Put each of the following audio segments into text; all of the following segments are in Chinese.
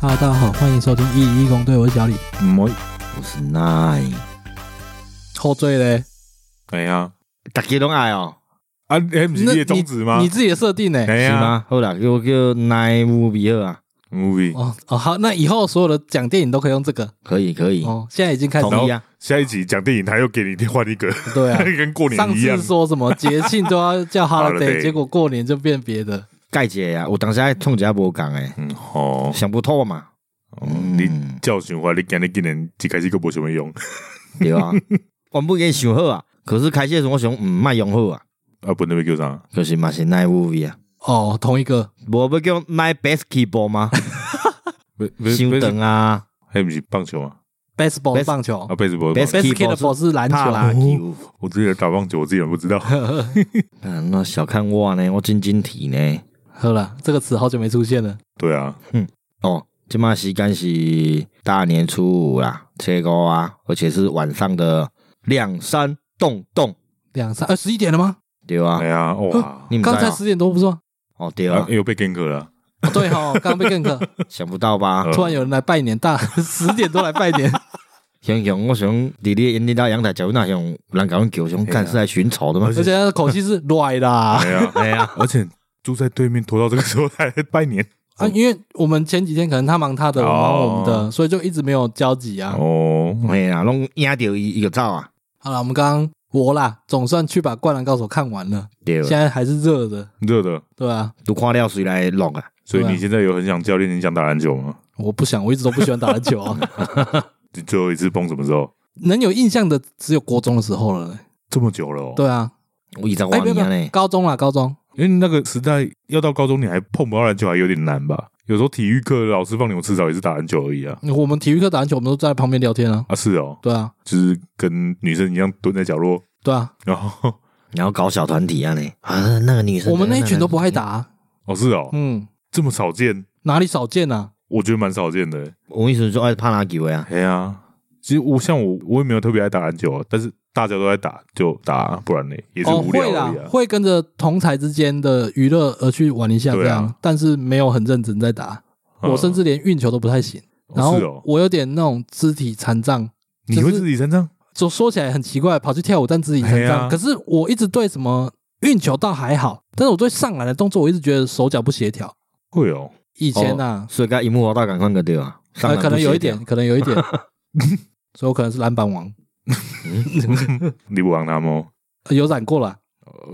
Hello，大家好，欢迎收听一一公队，我是小李。唔会，我是奈。后缀嘞？哎呀，大家拢爱哦，啊，哎，不是你的宗旨吗？你自己的设定呢？哎是呀吗？好啦，叫叫奈乌比尔啊， ，movie，哦哦，好，那以后所有的讲电影都可以用这个可以可以，哦。现在已经开始，同意啊。下一集讲电影，他又给你换一个，。对啊 跟过年上一样次。说什么节庆都要叫 holiday， Holiday 结果过年就变别的。盖姐啊，有当时爱创一下无共诶，嗯，哦，想不透嘛，哦嗯你教训我，你今日竟然一开始个无什么用，对 啊。原本给想好啊，可是开始的时候我想，嗯，卖用好啊，啊，本那边叫啥？可是嘛是奈乌比啊，哦，同一个无要叫奈 basketball 吗？ 不不伤不是，长啊，还不是棒球啊？ baseball Bas- 棒球啊，贝斯波棒球 Bas- ，basketball 是篮球啊啊怕啦球。我之前打棒球，我自己也不知 道。啊，那小看我呢，我真晶体呢。好了，这个词好久没出现了。对啊，哦，今嘛时间是大年初五啦，切糕啊，而且是晚上的两三洞洞，两三呃十一点了吗？对啊吧、哎呀，哇，你们刚才十点多不是吗？哦，对哎啊啊，又被 gank 了。哦 对哦，刚被 gank，想不到吧呃？突然有人来拜年，大十点多来拜 年。想想，我想伫你的眼里到阳台角那想，有人甲阮叫，想干是来寻仇的吗而？而且他的口气是 right 啦，哎 呀，哎呀，而且住在对面，拖到这个时候才来拜年。啊，因为我们前几天可能他忙他的，哦我忙我们的，所以就一直没有交集啊。哦，哎呀，拢赢着伊伊就走啊，好了，我们刚刚我啦，总算去把《灌篮高手》看完了，对，啊现在还是啊热的，热的，对吧、都看了谁来弄啊？所以对啊你现在有很想教练，你想打篮球吗？我不想，我一直都不喜欢打篮球 啊。你最后一次碰什么时候？能有印象的只有国中的时候了、欸这么久了哦。对啊，我一直哎、玩不你不啊呢不，，高中啦，高中。因为那个时代要到高中你还碰不到篮球还有点难吧？有时候体育课老师放你们吃早也是打篮球而已啊。我们体育课打篮球，我们都在旁边聊天啊。啊，是哦，对啊，就是跟女生一样蹲在角落，对啊，然后 然后搞小团体啊呢，啊，那个女生，我们那一群都不爱打、啊。哦是哦，嗯，这么少见，哪里少见啊？我觉得蛮少见的。我们一群就爱拍篮球的啊，哎呀，其实我像我我也没有特别爱打篮球啊，但是大家都在打就打啊，不然呢也是哦，无聊会啦而已，啊。会跟着同才之间的娱乐而去玩一下这对啊样，但是没有很认真在打。嗯我甚至连运球都不太行，哦然是后哦，我有点那种肢体残障，你就会是自己身上就说起来很奇怪，跑去跳舞但肢体残哎障。呀可是我一直对什么运球倒还好，但是我对上篮的动作我一直觉得手脚不协调。会哦，以前呐、所以甲荧幕活大赶快个对啊，上呃，篮可能不协有一调点，可能有 一点，所以我可能是篮板王，你不玩他们哦，呃有染过了。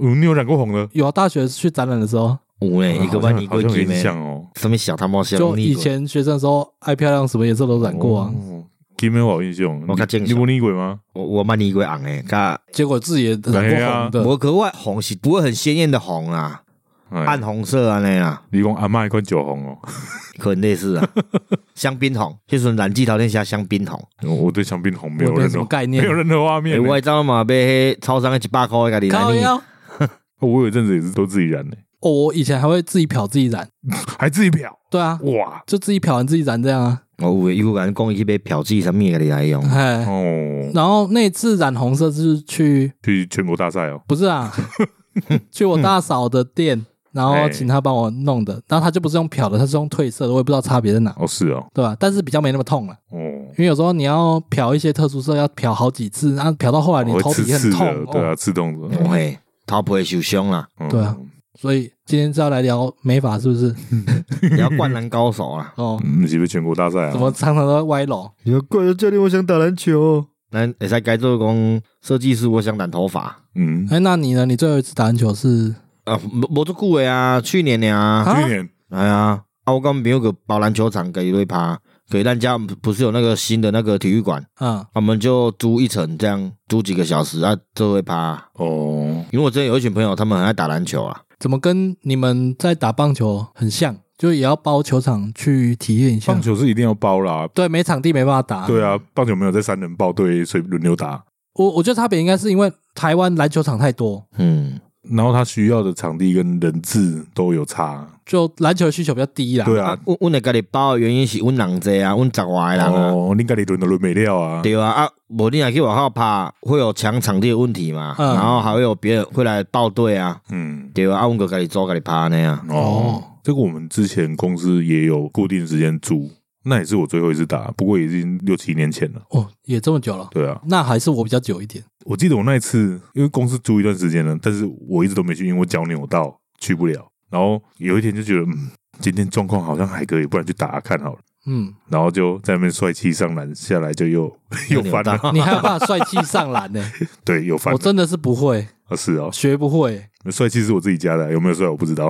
嗯，你有染过红的？有啊，大学去展览的时候，有呢，哎一个班尼啊好过像有去印呢，象哦，什么小他猫小就你以前学生的时候爱漂亮，什么颜色都染过啊。哦。金门好印象，我较正你常不逆鬼吗？我我蛮你过红诶，噶结果自己也染啊过红的，我格外红是不会很鲜艳的红啊，哎暗红色啊安尼啦，你讲阿嬷迄款酒红哦， 可能类似啊，香槟红，迄阵染剂头天下香槟红，我我对香槟红我没也有没任什么 何概没念哎有。任何画面诶，欸。我知嘛被迄超商的一百块家己来靠你，腰，哦我有一阵子也是都自己染的，哦，我以前还会自己漂自己染，还自己漂，对啊，哇就自己漂完自己染这样啊。我有诶，有人讲伊去买漂剂什么家己来用， 哎，嗯哦，然后那次染红色是去去全国大赛哦，不是 啊，去我大嫂的哎店，然后请她帮我弄的，然后她就不是用漂的，她是用褪色的，我也不知道差别在哪，哦是哦，对吧？但是比较没那么痛了。哦，因为有时候你要漂一些特殊色，要漂好几次，然后漂到后来你我头哦会刺皮很刺痛的，，对哦啊，刺痛的，嘿，头皮会受伤啦，嗯对啊，所以今天是要来聊美发是不是？，也要灌篮高手啦 哦，嗯，是不是全国大赛啊？怎么常常都在歪楼？你要怪教练，我想打篮球，咱会使改做讲设计师，我想染头发，嗯，哎，那你呢？你最后一次打篮球是啊，无无足久诶啊，去年诶啊啊。去年哎呀，啊，我刚没有个跑篮球场给一对趴，给大家不是有那个新的那个体育馆，嗯，我们就租一层，这样租几个小时啊，就会趴。哦，因为我之前有一群朋友，他们很爱打篮球啊，怎么跟你们在打棒球很像？就也要包球场去体验一下棒。球是一定要包啦，对，没场地没办法打。对啊，棒球没有在三人报队，所以轮流打，我我觉得差别应该是因为台湾篮球场太多，嗯，然后他需要的场地跟人质都有差，就篮球的需求比较低啦。对啊啊，，我我那家里包的原因是阮人济啊，阮十外个人啊，哦，你家己轮都轮不了啊，对啊，啊，无你若去外口趴，会有抢场地的问题嘛，嗯啊然后还会有别人会来报队啊，嗯，对啊，啊，阮个家己租家己趴那样，哦，这个我们之前公司也有固定时间租，那也是我最后一次打，不过已经六七年前了。哦，也这么久了，对啊，那还是我比较久一点。我记得我那一次，因为公司租一段时间了，但是我一直都没去，因为我脚扭到去不了。然后有一天就觉得，嗯，今天状况好像还可以，不然去打打看好了。 嗯，然后就在那边帅气上篮，下来 就又 又翻了，你还有办法帅气上篮 呢、对，又翻我了。真的是不会，啊，是哦，学不会。帅气是我自己加的，有没有帅我 不知道。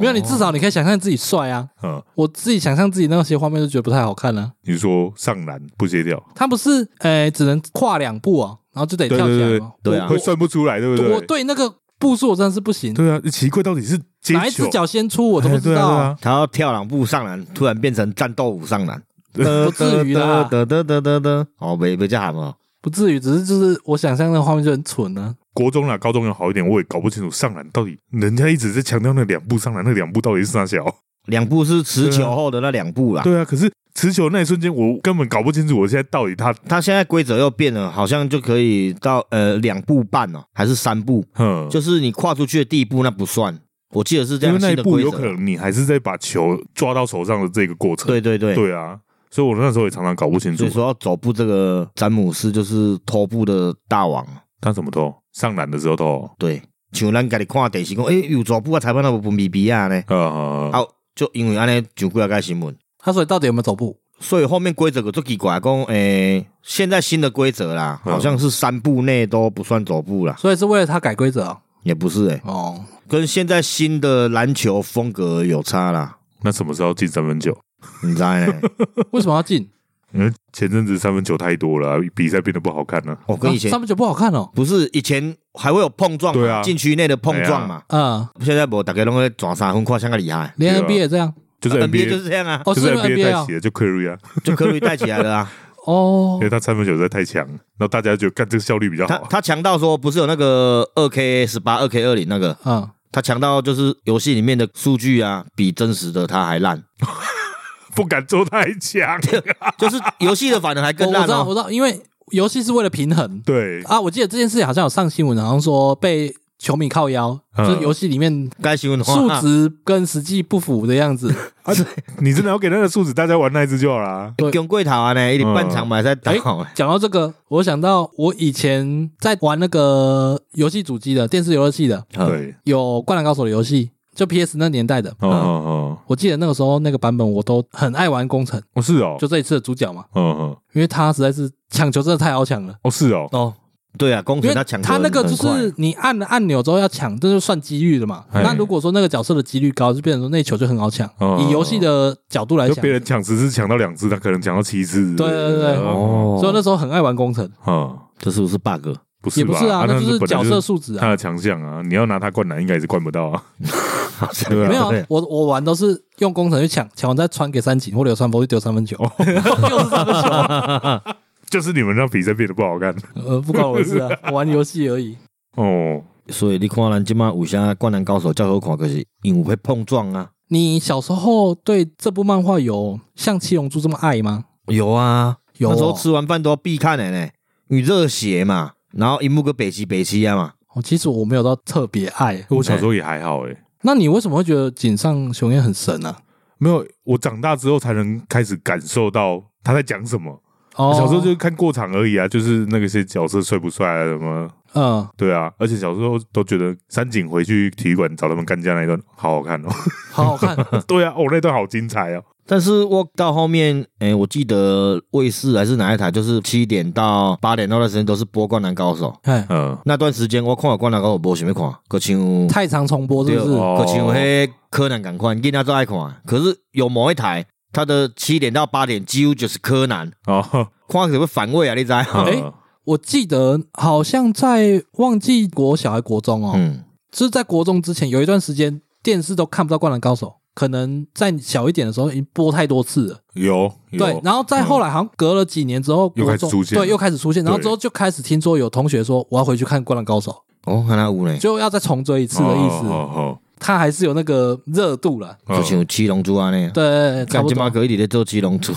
没有，你至少你可以想象自己帅啊。嗯，我自己想象自己那些画面都觉得不太好看了、你说上篮不协调，他不是，呃，只能跨两步啊，然后就得跳起来嘛。对对对对啊会算不出来，对不我我对？对那个步数我真的是不行，对啊，奇怪，到底是接哪一球只脚先出我都不哎知对道、啊对啊 他要跳两步上篮，突然变成战斗舞上篮，啊 不至于啦得得得得得，哦，没没叫喊哦，不至于，只是就是我想象那个画面就很蠢啊。国中啦，高中有好一点，我也搞不清楚上篮到底，人家一直在强调那两步上篮，那两步到底是啥小？啊两步是持球后的那两步啦。对啊，可是持球那一瞬间，我根本搞不清楚我现在到底他，他现在规则又变了，好像就可以到呃两步半哦，还是三步？哼，就是你跨出去的第一步那不算，我记得是这因样为那新一的步规有则可。能你还是在把球抓到手上的这个过程。对对对，对啊，所以我那时候也常常搞不清楚所以说要走步这个詹姆斯就是拖步的大王。他怎么投，上篮的时候投，对，像咱家己看电视讲，诶、有走步啊，裁判那无分 B B 啊呢？呃，啊，就因为安尼上几啊个新闻。他所以到底有没有走 步？所以后面规则个做奇怪，讲诶、现在新的规则啦，嗯好像是三步内都不算走步啦，所以是为了他改规则啊、也不是诶、哦，跟现在新的篮球风格有差啦，那什么时候进三分球？你知 道呢？为什么要 进？因为前阵子三分球太多了啊、比赛变得不好看了、我跟以啊前、三分球不好看哦。不是以前还会有碰撞嘛，对啊禁区内的碰撞嘛，嗯，现在无大家拢会转三分，看像个厉害。连对啊 NBA 也这样就是 NBA NBA，,、就是这样啊，哦，是是因为 NBA NBA 带啊起的就 Curry 啊，就科瑞带起来了啊。 哦因为他三分球实在太强，然后大家就觉得干这个效率比较他好。他强到说，不是有那个二 K 十八、二 K 二零那个，嗯，他强到就是游戏里面的数据啊，比真实的他还烂， 不敢做太强。就是游戏的反而还我 啊更我烂知道，哦。我知道，因为游戏是为了平衡对，啊。我记得这件事情好像有上新闻，好像说被球迷靠腰，嗯就是游戏里面该新闻的话数值跟实际不符的样 子。你真的要给那个数值，大家玩那一只就好啦。对用柜桃啊呢，一点半场嘛在打哎好欸讲到这个，我想到我以前在玩那个游戏主机的电视游乐器的，嗯 对，有《灌篮高手》的游戏，就 PS 那年代的。哦哦哦，我记得那个时候那个版本我都很爱玩工程，哦是哦，就这一次的主角嘛，嗯嗯，因为他实在是抢球真的太好抢了。哦是哦，哦，对啊，工因程为他抢他那个就得很是你按了按钮之后要抢，这就算机遇的嘛。哎那如果说那个角色的几率高，就变成说那球就很好抢哦。以游戏的角度来就讲，别人抢十次抢到两次，他可能抢到七次。对对对对快哦，哦，所以我那时候很爱玩工程，嗯，这是不是 bug？不是也吧不是啊，那那就是本来角色数值他啊。的强项啊，你要拿他灌篮，应该也是灌不到啊。 对啊没有啊 对，我我玩都是用工程去抢，抢完再传给三井或流川枫去丢三分球， 就是三分球。就是你们让比赛变得不好看呃，不关我的事啊，我玩游戏而已。哦。所以你看咱即马有啥灌篮高手较好看，就是因为会碰撞啊，你小时候对这部漫画有像七龙珠这么爱吗？有啊，有哦那时候吃完饭都要必看的呢，你热血嘛，然后一幕个北齐北齐啊嘛，哦，其实我没有到特别爱。哎我小时候也还好欸诶、那你为什么会觉得井上雄彦很神啊呢、没有，我长大之后才能开始感受到他在讲什么。哦，小时候就是看过场而已啊，就是那个些角色帅不帅啊什么。嗯，对啊，而且小时候都觉得山井回去体育馆找他们干架那一段好 好看哦。好好 看。对啊，哦那段好精彩哦。但是我到后面，哎、我记得卫视还是哪一台，就是七点到八点那段时间都是播《灌篮高手》。哎，嗯，那段时间我看了《灌篮高手》，无想要看，可像太常重播是对不是？哦可像迄柯南赶快，囡仔都爱看。可是有某一台，它的七点到八点几乎就是柯南，哦， 看什么反胃啊，你知道？哎嗯我记得好像在忘记国小还国中哦，嗯，就是在国中之前有一段时间电视都看不到《灌篮高手》，可能在小一点的时候已经播太多次了。有有嗯对，然后再后来好像隔了几年之后，又国开始中出现对，又开始出现，然后对之后就开始听说有同学说我要回去看《灌篮高手》，哦，看那有呢，就要再重追一次的意思。哦他还是有那个热度了。哦就像七龙珠啊呢。对对，对差干不金多马。哥一直在做七龙珠，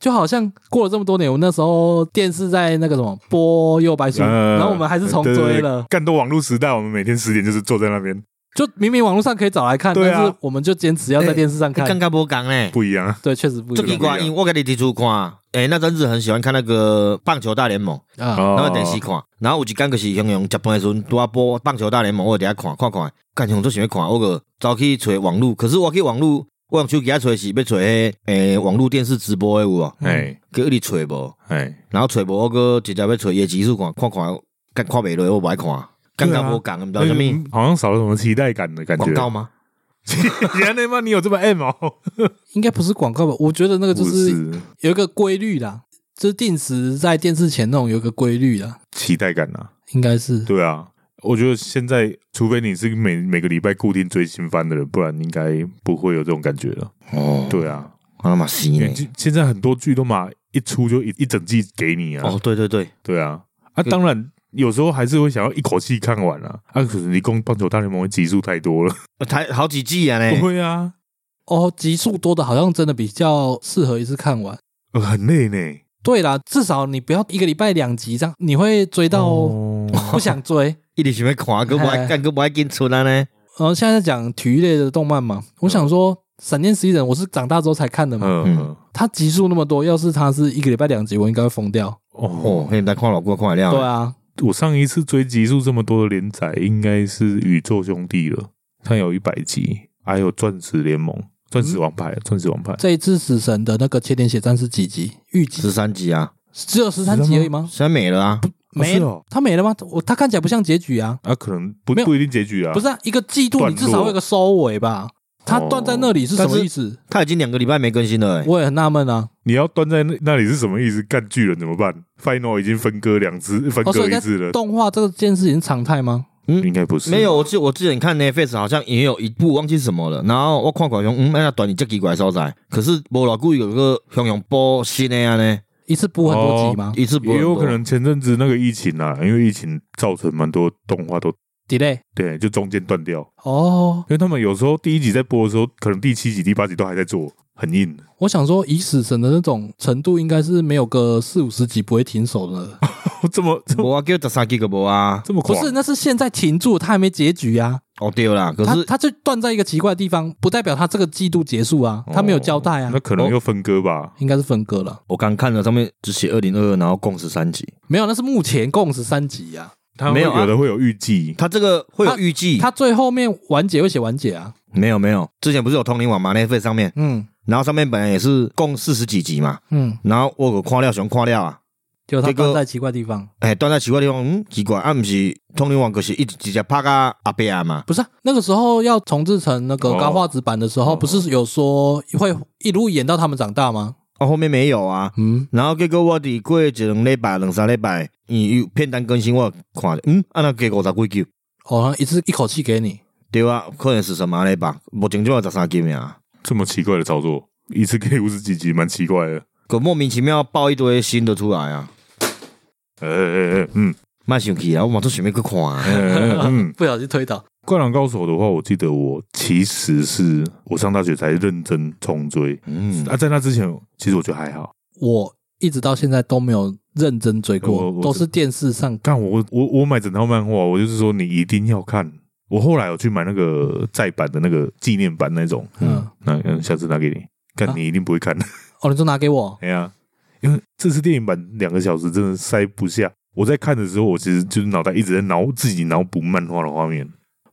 就好像过了这么多年，我那时候电视在那个什么播《右白书》，嗯然后我们还是重追对对对了。干都网络时代，我们每天十点就是坐在那边就明明网络上可以找来看，对啊哎但是我们就坚持要在电视上看。刚刚不讲呢，不一样啊。对，确实不一这奇样怪，因为我跟你提出看，诶、那阵子很喜欢看那个棒球大联盟，啊。然然后电视看，然后有一天就是雄雄食饭的时阵，拄啊播棒球大联盟，我伫遐看看看，干雄做想要看，我个走去找网络，可是我去网络，我用手机遐找是要找迄、诶、网络电视直播的有无？哎叫一直找无，哎，然后找无我个直接要找伊的集数看，看看干看袂落，我无爱看，感觉无共，毋知道啥物嗯好像少了什么期待感的感觉。广告吗？ 原来吗？你有这么 M 哦？应该不是广告吧？我觉得那个就不是是有一个规律啦，就是定时在电视前那种有一个规律啦，期待感啊，应该是 对啊。我觉得现在，除非你是每每个礼拜固定追新番的人，不然应该不会有这种感觉了。哦，对啊，啊嘛是因呢为，现现在很多剧都嘛一出就一一整季给你啊。哦对对对，对啊，啊，对当然有时候还是会想要一口气看完啊。啊，可是你攻棒球大联盟的集数太多了。才好几季啊 呢不，会啊，哦，集数多的好像真的比较适合一次看完。呃很累呢。对啦，至少你不要一个礼拜两集这样，你会追到哦 不想追。一直想要看，个无爱干，个无爱进出啊呢，然哦后现在在讲体育类的动漫嘛，我想说《闪电十一人》我是长大之后才看的嘛，嗯嗯它集数那么多，要是它是一个礼拜两集，我应该会疯掉。哦，哦，迄毋知看老久看了，对啊，我上一次追集数这么多的连载，应该是《宇宙兄弟》了，它有一百集，还有《钻石联盟》《钻石王牌》《啊钻石王牌》这一次《死神》的那个切点血战是几集？预计十三集啊，只有十三集而已吗？现在没了啊，没是哦，他没了吗？我他看起来不像结局啊，啊，可能不没有不一定结局啊，不是啊，一个季度你至少会有个收尾吧？他断在那里哦是什么意思？他已经两个礼拜没更新了、欸，我也很纳闷啊。你要端在那那里是什么意思？干巨人怎么办？Final 已经分割两次，分哦，所割以一在次了，动画这件事情是常态吗？嗯应该不是没有，我记我之前看 Netflix 好像也有一部忘记是什么了，然后我看过熊，嗯，那短你这奇怪的所在，可是无偌久有个熊熊播新的啊呢，一次播很多集吗一次播也很有多可能前阵子那个疫情啊，因为疫情造成蛮多动画都？delay 对，就中间断掉，哦，因为他们有时候第一集在播的时候，可能第七集、第八集都还在做，很硬。 我想说以死神的那种程度，应该是没有个四五十集不会停手的。这么这么无啊，叫十三集个无啊，这么不狂是，那是现在停住，他还没结局啊。哦对啦，可他是他就断在一个奇怪的地方，不代表他这个季度结束啊，他没有交代啊哦那，可能又分割吧。应该是分割了。我刚看了上面只写二零二二，然后共十三集，没有，那是目前共十三集啊。他没有啊有的会有预计，他这个会有预计，他最后面完结会写完结啊。没有没有，之前不是有通灵网嘛 Netflix 上面，嗯然后上面本来也是共四十几集嘛，嗯，然后我有看了熊看了啊。就他这个断在奇怪地方。哎，断在奇怪的地方，嗯，奇怪，啊，不是通灵王，可是一直直接拍到阿伯啊嘛，不是啊、那个时候要重制成那个哦高画质版的时候，哦不是有说会一路演到他们长大吗？哦，后面没有啊，嗯，然后结果我伫过一两礼拜、两三礼拜，伊有片单更新，我有看着，嗯，啊，那加五十几集，哦好像一次一口气给你。对啊，可能是什么嘞吧？目前就有十三集啊，这么奇怪的操作，一次可以五十几集，蛮奇怪的。可莫名其妙爆一堆新的出来啊，呃呃呃，嗯莫生气啊，我嘛做想要去看 啊，呃呃 嗯，不小心推倒。灌篮高手的话，我记得我其实是我上大学才认真重追，嗯，啊，在那之前其实我觉得还好。我一直到现在都没有认真追我过，我都是电视上。但我我我买整套漫画，我就是说你一定要看。我后来有去买那个再版的那个纪念版那种，嗯，那嗯下次拿给你，啊但你一定不会看。哦，你就拿给我。哎呀，因为这次电影版两个小时真的塞不下。我在看的时候，我其实就是脑袋一直在脑自己脑补漫画的画面。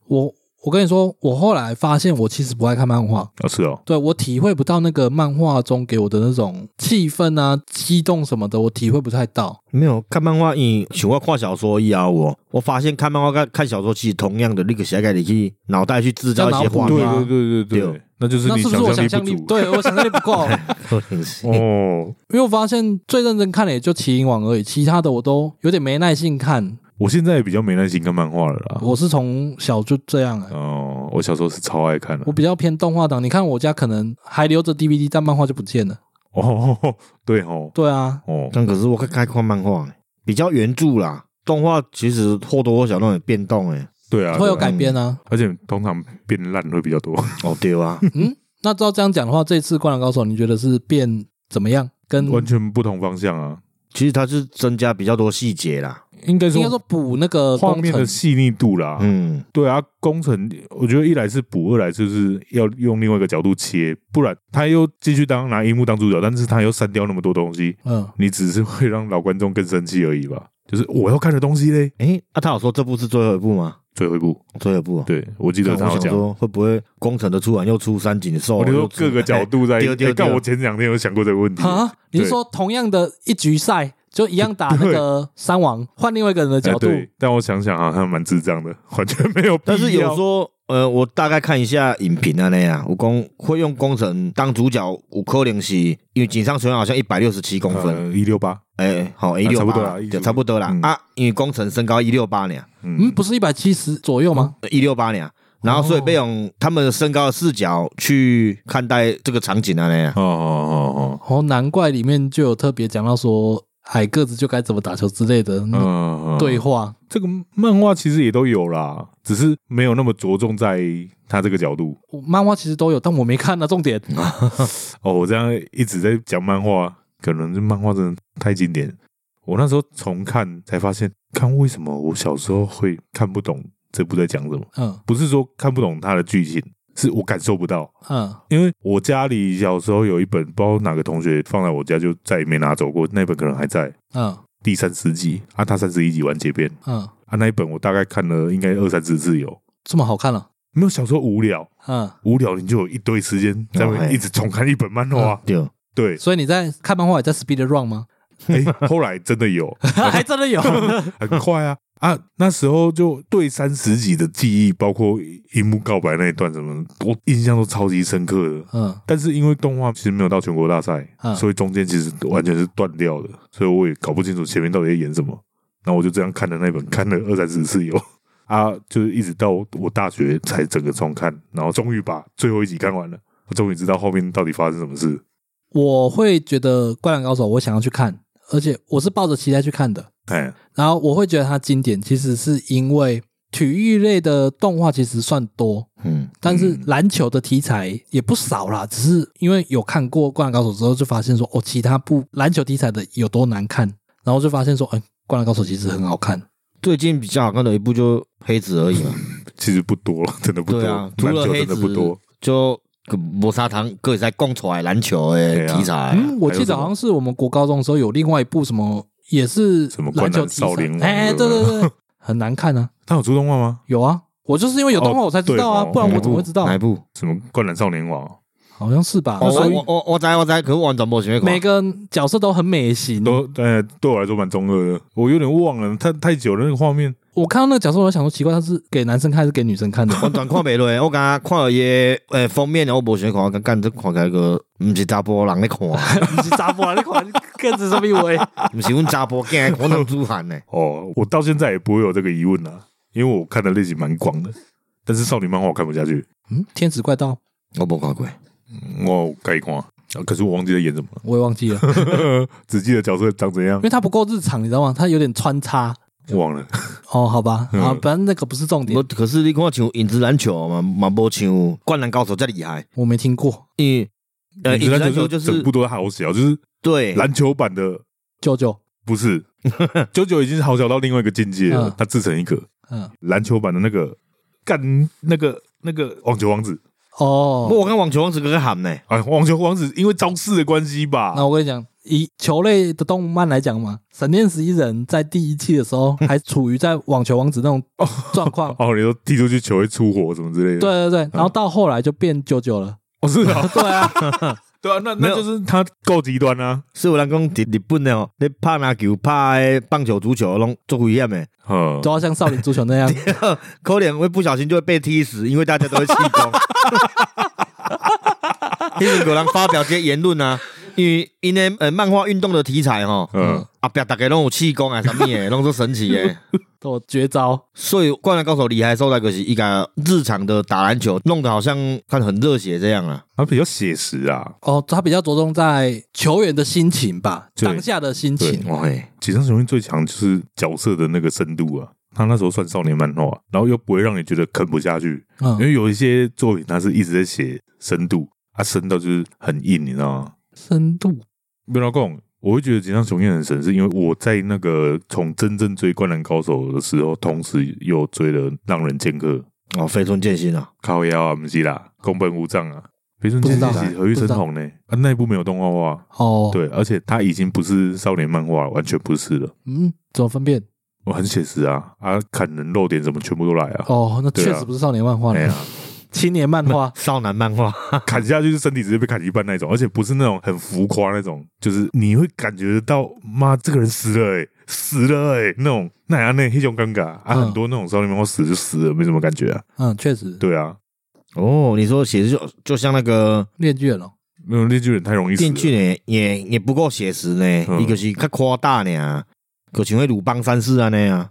我我跟你说，我后来发现我其实不爱看漫画，啊，是哦，对我体会不到那个漫画中给我的那种气氛啊、激动什么的，我体会不太到。没有看漫画，因为像我看小说以后，我我发现看漫画跟看小说其实同样的那个写给你去脑袋去制造一些画对面，啊 对对，那就是那你是不是我想象象力不足。对我想象力不 够？可能是哦，因为我发现最认真看的也就《麒麟王》而已，其他的我都有点没耐性看。我现在也比较没耐心看漫画了啦。我是从小就这样、欸，哦，我小时候是超爱看的我。比较偏动画党。你看我家可能还留着 DVD，但漫画就不见了。哦， 对哦，对啊，哦，但可是我看看看漫画，比较原著啦，动画其实或多或少那种变动诶。对啊，会有对啊改编啊。而且通常变烂会比较多。哦，对啊， 那照这样讲的话，这次《灌篮高手》你觉得是变怎么样？跟完全不同方向啊。其实它是增加比较多细节啦。应该应该说说补那个画工面的程，细腻度啦。嗯，对啊，工程我觉得一来是补，二来就是要用另外一个角度切，不然他又继续当拿荧幕当主角，但是他又删掉那么多东西，嗯，你只是会让老观众更生气而已吧。就是我要看的东西嘞，诶，啊，他有说这部是最后一部吗？最后一部，最后一部啊，对我记得我他有想讲，说会不会工程的出完又出三井寿，我就又说出哎各个角度在。丢丢欸但丢我前两天有想过这个问题，哎哈，啊你是对说同样的一局赛就一样打那 个三王，换另外一个人的哎角度，对，但我想想好像蛮智障的， 完全没有必要。但是有说，呃，我大概看一下影评啊那样，我讲会用工程当主角，有可能是因为井上雄彦好像一百六十七公分，呃一六八，哎，好 A 嗯啊六差不多八啦，就差不多啦嗯啊，因为工程身高一六八呢，嗯，不是一百七十左右嗯吗？一六八呢，然后所以被用他们的身高的视角去看待这个场景啊那样。哦哦哦，难怪里面就有特别讲到说矮个子就该怎么打球之类的哦哦，嗯，对话，这个漫画其实也都有啦，只是没有那么着重在他这个角度。我漫画其实都有，但我没看啊。重 点，哦，我这样一直在讲漫画，可能这漫画真的太经典。我那时候重看才发现，看为什么我小时候会看不懂这部在讲什么，嗯不是说看不懂它的剧情，是我感受不到。嗯，因为我家里小时候有一本，不知道哪个同学放在我家，就再也没拿走过。那本可能还在嗯第三十集啊，他三十一集完结篇嗯，啊，那一本我大概看了应该二三十次有。这么好看了、没有小时候无聊，嗯，无聊你就有一堆时间在那哦嘿嗯边一直重看一本漫画、对， 对，所以你在看漫画也在 speed run 吗？哎、后来真的有，还真的有，很快 啊啊！那时候就对三十集的记忆，包括荧幕告白那一段什么，我印象都超级深刻的。嗯但是因为动画其实没有到全国大赛，嗯所以中间其实完全是断掉的，所以我也搞不清楚前面到底在演什么。然后我就这样看的那本，看了二三十次有 啊，就是一直到我大学才整个重看，然后终于把最后一集看完了，我终于知道后面到底发生什么事。我会觉得《灌篮高手》，我想要去看，而且我是抱着期待去看的。哎，然后我会觉得它经典，其实是因为体育类的动画其实算多，嗯，但是篮球的题材也不少啦。只是因为有看过《灌篮高手》之后，就发现说哦，其他部篮球题材的有多难看，然后就发现说，哎，《灌篮高手》其实很好看。最近比较好看的一部就黑子而已嘛，其实不多了， 真的不多，对啊篮，除了球黑真的子不多。就磨砂糖各在供出来篮球的对啊题材，嗯，我记还有什得么好像是我们国高中的时候有另外一部什么，也是什么篮球灌篮题材少年王哎，对对对不对，很难看啊，他有出动画吗？有啊，我就是因为有动画哦我才知道啊，对哦不然我怎么会知道？哪一部？什么灌篮少年王？啊好像是吧？哦，所以我我我知我知，可是我完全没想要看每个角色都很美型。都呃，对我来说蛮中二的，我有点忘了，太太久了那个画面。我看到那个角色，我就想说奇怪，他是给男生看还是给女生看的？完全看袂落，我感觉看了伊诶封面，我无想看，我感觉这看起来个毋是查甫人咧看，毋 你是查甫啊？你看跟着什么意味？是阮查甫囝看男子汉呢。哦，我到现在也不会有这个疑问啦，因为我看的类型蛮广的。但是少女漫画我看不下去， 嗯，天使怪盗，我无看过，我该看、啊，可是我忘记在演什么我也忘记了， 了，只记得角色长怎样 因，为它不够日常，你知道吗？它有点穿插。忘了。哦，好吧，嗯啊，反正那个不是重点我，可是你看像影子篮球嘛，嘛无像灌篮高手遮厉害，我没听过。因为呃影子篮球就整是部都好小， 就是对篮球版的舅舅，不 是，九九已经好小到另外一个境界了嗯，它制成一个嗯，篮球版的那个干那个那个网球王子。哦，我看网球王子个个喊呢，哎，网球王子因为招式的关系吧那，我跟你讲，以球类的动漫来讲嘛，《闪电十一人》在第一期的时候还处于在网球王子那种状况，哦，你说踢出去球会出火什么之类的，对，对嗯对，然后到后来就变舅舅 了。哦是啊，对啊，对啊，那那没就有是他够极端啊，所以有人讲伫日本呢吼，你拍篮球、拍的棒球、足球拢足危险的，嗯都，要像少林足球那样。可能会不小心就会被踢死，因为大家都会气功。因为有人发表这些言论啊，因为因为呃漫画运动的题材吼，嗯，啊别大家拢有气功啊，什么的，拢是神奇的。都有绝招，所以《灌篮高手》厉害的所在就是一个日常的打篮球，弄得好像看很热血这样啊。他比较写实啊，哦，他比较着重在球员的心情吧，对当下的心情。哇嘿，锦上雄彦最强就是角色的那个深度啊。他那时候算少年漫画，然后又不会让你觉得啃不下去，因嗯，为有一些作品他是一直在写深度，啊，深到就是很硬，你知道吗？深度不要讲，我会觉得井上雄彦很神，是因为我在那个从真正追《灌篮高手》的时候，同时又追了《浪人剑客》、《哦，飞村剑心啊，靠腰啊》、《不是啦》、《宫本武藏》啊，《北村不剑知心道》何玉不知生道红呢、啊，那一部没有动画化，哦，，对，而且它已经不是少年漫画了，完全不是了。嗯，怎么分辨？我很写实啊，啊，砍人露点什么全部都来啊，哦，那对啊确实不是少年漫画哎呀了， 青年漫画少男漫画，砍下去是身体直接被砍一半那种，而且不是那种很浮夸那种，就是你会感觉得到，妈，这个人死了哎、死了哎、那种那样那那种尴尬啊，嗯很多那种少年漫画死就死了，没什么感觉啊，嗯，确实，对啊，哦，你说写实就就像那个恋巨人哦，没有那巨人太容易死电锯了，呢，也也不够写实呢，嗯伊就是较夸大呢，就像迄鲁邦三世安尼啊，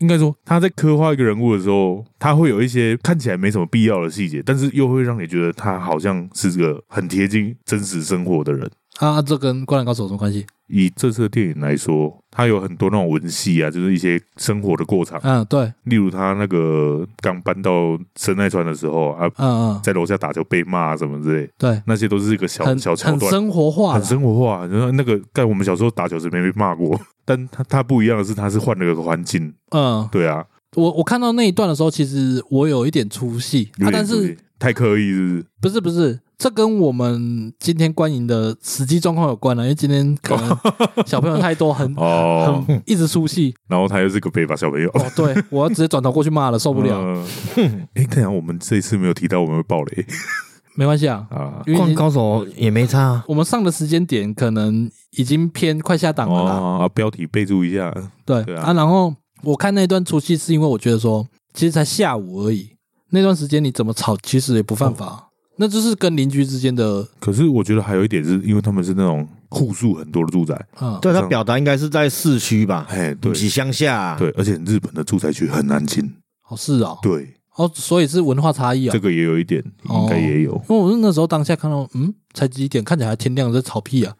应该说他在刻画一个人物的时候，他会有一些看起来没什么必要的细节，但是又会让你觉得他好像是个很贴近真实生活的人。啊，这跟《灌篮高手》有什么关系？以这次的电影来说，它有很多那种文戏啊，就是一些生活的过场，啊嗯，对，例如他那个刚搬到神奈川的时候啊，嗯嗯，在楼下打球被骂、啊、什么之类，对，那些都是一个小很小桥很段，生活化很啦，生活化。然后那个在我们小时候打球时没被骂过，但他他不一样的是，他是换了个环境，嗯，对啊，我我看到那一段的时候，其实我有一点出戏有啊，点但注是意太刻意是不是？不是不是，这跟我们今天观影的实际状况有关了，因为今天可能 小朋友太多，很 哦，很一直出戏。然后他又是个北法小朋友，哦，对我要直接转头过去骂了，受不了，嗯。哎，看来我们这一次没有提到我们会爆雷没关系啊，啊。因为已灌经高手也没差啊，我们上的时间点可能已经偏快下档了啦。哦，啊标题备注一下，对对啊啊，然后我看那段出戏是因为我觉得说，其实才下午而已，那段时间你怎么吵，其实也不犯哦法，那就是跟邻居之间的，可是我觉得还有一点是因为他们是那种户数很多的住宅，嗯，对这他样表达应该是在市区吧，哎，对不是乡下啊，对，而且日本的住宅区很难进，哦是哦，对，哦，所以是文化差异啊这。个也有一点，应该也有因为我是那时候当下看到，嗯，才几点，看起来还天亮，在吵屁啊！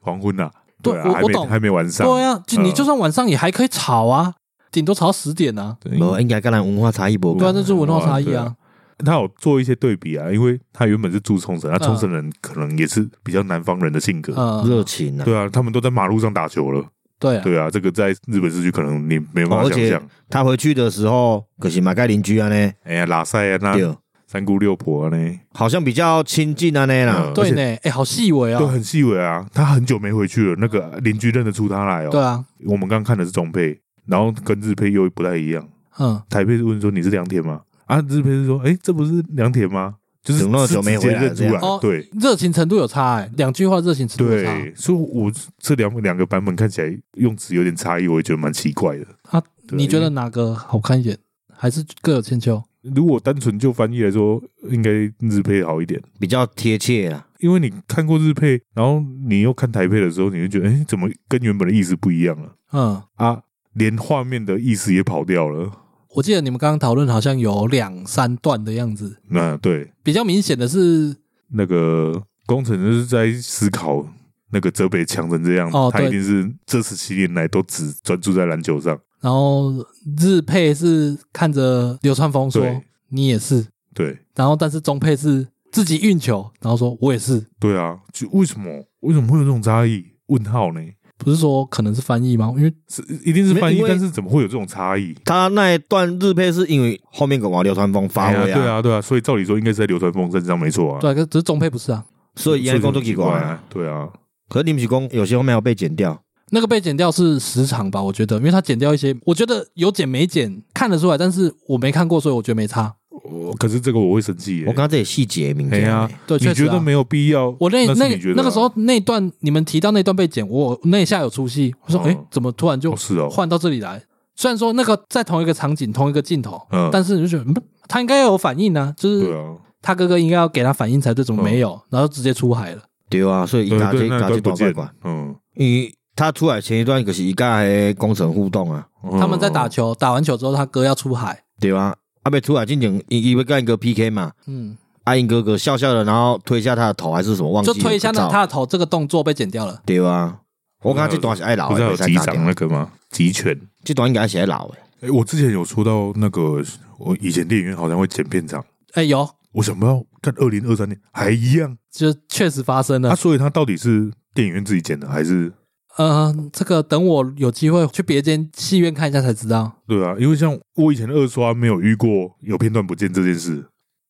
黄昏呐，对啊，我还我没懂还没完上，对啊，就嗯你就算晚上也还可以吵啊，顶多吵到十点啊。对无应该跟咱文化差异无对啊，关这就是文化差异对啊啊。他有做一些对比啊，因为他原本是住冲绳，那嗯冲绳人可能也是比较南方人的性格，嗯，热情啊，对啊，他们都在马路上打球了，对啊，对啊，这个在日本市区可能你没办法哦而想且象，他回去的时候，可是马盖邻居啊呢，哎呀，拉塞啊，那对，三姑六婆啊呢，好像比较亲近啊呢啦嗯，对而且呢，哎，好细微啊都。很细微啊，他很久没回去了，那个邻居认得出他来哦，对啊，我们刚刚看的是中配，然后跟日配又不太一样。嗯，台配是问说你是良田吗？啊，日配是说，哎、这不是良田吗？就是怎么那么久没回来是直接认这出样哦来，对热情程度有差哎，两句话热情程度有差对，所以我这两两个版本看起来用词有点差异，我也觉得蛮奇怪的。啊。对你觉得哪个好看一点？还是各有千秋？如果单纯就翻译来说，应该日配好一点，比较贴切啊。因为你看过日配，然后你又看台配的时候，你就觉得，哎、怎么跟原本的意思不一样了嗯，啊？连画面的意思也跑掉了。我记得你们刚刚讨论好像有两三段的样子，那对，比较明显的是，那个工程师在思考那个泽北强成这样，哦他对一定是这十七年来都只专注在篮球上。然后日配是看着流川枫说对你也是，对然后但是中配是自己运球，然后说我也是，对啊，就为什么为什么会有这种差异？问号呢？不是说可能是翻译吗？因为是一定是翻没译因，为但是怎么会有这种差异？他那一段日配是因为后面个王流川枫发哎呀挥对，啊，对啊，所以照理说应该是在流川枫身上没错啊。对啊，可只是中配不是啊，所以应该工作奇奇怪啊。啊，对啊，可是你们是讲有些后面有被剪掉，那个被剪掉是时长吧？我觉得，因为他剪掉一些，我觉得有剪没剪看得出啊来，但是我没看过，所以我觉得没差。我可是这个我会生气耶、我刚刚这里细节明哎显呀啊，对，你确实觉啊得没有必要？我那那是那你觉得啊那个时候那段你们提到那段被剪，我那一下有出戏，我说嗯哎、诶怎么突然就哦是哦，换到这里来。虽然说那个在同一个场景、同一个镜头，嗯但是你就觉得、嗯、他应该要有反应啊，嗯就对是啊，他哥哥应该要给他反应才对，怎么没有？然后直接出海了。对啊，所以一对打这对，那打这段不打怪见怪，，嗯，因为他出来前一段可是一甲的工程互动啊，他们在打嗯球，打完球之后，他哥要出海。对啊，阿贝出来进前，伊伊会跟一个 PK 嘛，嗯，阿英哥哥笑笑的，然后推一下他的头还是什么，忘记就了推一下那不知道他的头，这个动作被剪掉了。对啊，我感觉这段是爱老不是还的，有不可击以打掌掉那个吗？集拳。这段应该是爱老的，哎、我之前有说到那个，我以前电影院好像会剪片场，哎，有我想不到看二零二三年还一样。就确实发生那、了。所以它到底是电影院自己剪的，还是嗯，这个等我有机会去别间戏院看一下才知道。对啊？因为像我以前二刷没有遇过有片段不见这件事，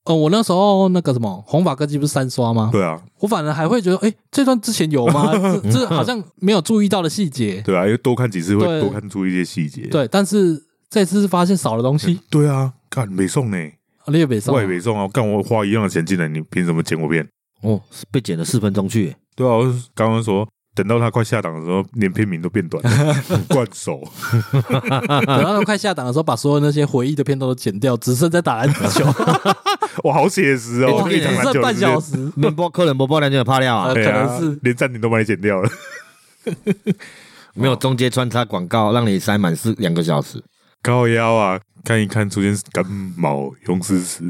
呃，我那时候那个什么红发歌姬不是三刷吗？对啊，我反而还会觉得，哎、这段之前有 吗？这这好像没有注意到的细节。对啊，因为多看几次会对多看出一些细节，对，但是这次是发现少了东西，对啊，干没送呢，列北上我 也没送啊，干我花一样的钱进来，你凭什么剪我片？哦，被剪了四分 钟去，对啊，我刚刚说等到它快下档的时候，连片名都变短 了，灌手，等到他们快下档的时候，把所有那些回忆的片段都剪掉，只剩在打篮球，哇，好写实哦，欸我哇跟你只讲欸篮剩球半时间小时。面包客人不包人就有怕料啊呃，对啊可能是连暂停都把你剪掉了。没有中间穿插广告，让你塞满四两个小时。高腰啊，看一看出现感冒勇士时，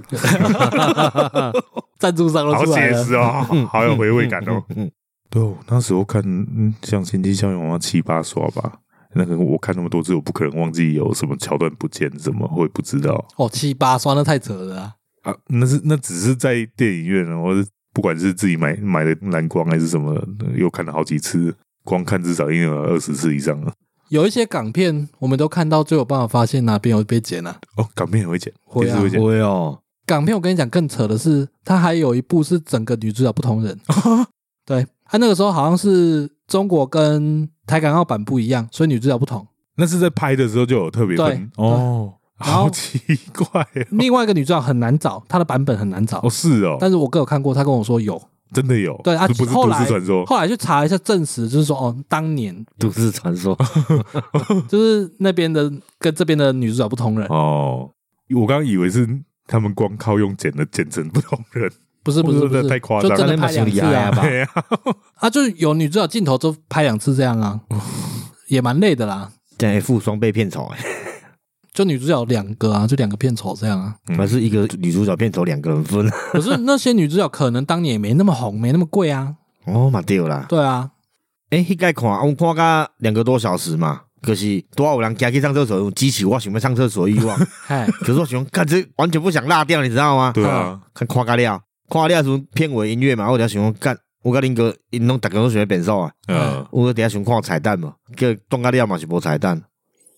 赞助商好都出来写了，嗯实哦，好有回味感哦。嗯，对哦，那时候看，嗯，像《星际效应》，我要七八刷啊吧。那个我看那么多次，我不可能忘记有什么桥段不见，怎么会不知道哦，七八刷那太扯了啊！啊？那是那只是在电影院哦，我是不管是自己买买的蓝光还是什么，又看了好几次，光看至少应该有二十次以上了。有一些港片，我们都看到最有办法发现哪边有被剪了、哦，港片很会剪，会啊电视会剪，会哦，港片我跟你讲更扯的是，它还有一部是整个女主角不同 人。对，它那个时候好像是中国跟台港澳版不一样，所以女主角不同。那是在拍的时候就有特别分对哦，然后好奇怪哦另外一个女主角很难找，她的版本很难找哦，。是哦，但是我哥有看过，他跟我说有。真的有，对啊这不是后都来市传说，后来去查一下，证实就是说，哦，当年都市 传说。就是那边的跟这边的女主角不同人，哦，我刚刚以为是他们光靠用剪的剪成不同人，不是不是我不是，觉得太夸张就了真的拍两次那你们心里哀哀啊吧对呀、啊，就是有女主角镜头就拍两次这样啊，也蛮累的啦。这样付双倍片酬，哎就女主角两个啊，就两个片酬这样啊。嗯还是一个女主角片酬两个人分。可是那些女主角可能当年也没那么红，没那么贵啊。哦嘛对啦，对啊，哎，迄个看，我看个两个多小时嘛，可是多少有人家去上厕所，有激起我想要上厕所的欲望。嗨， 可是我想，看这完全不想落掉，你知道 吗？对 啊，看看个了，看了时候片尾音乐嘛，我就想讲干，我跟林哥，因拢大家都喜欢变数啊，嗯，我底下想看有彩蛋嘛，叫动个了嘛是无彩蛋，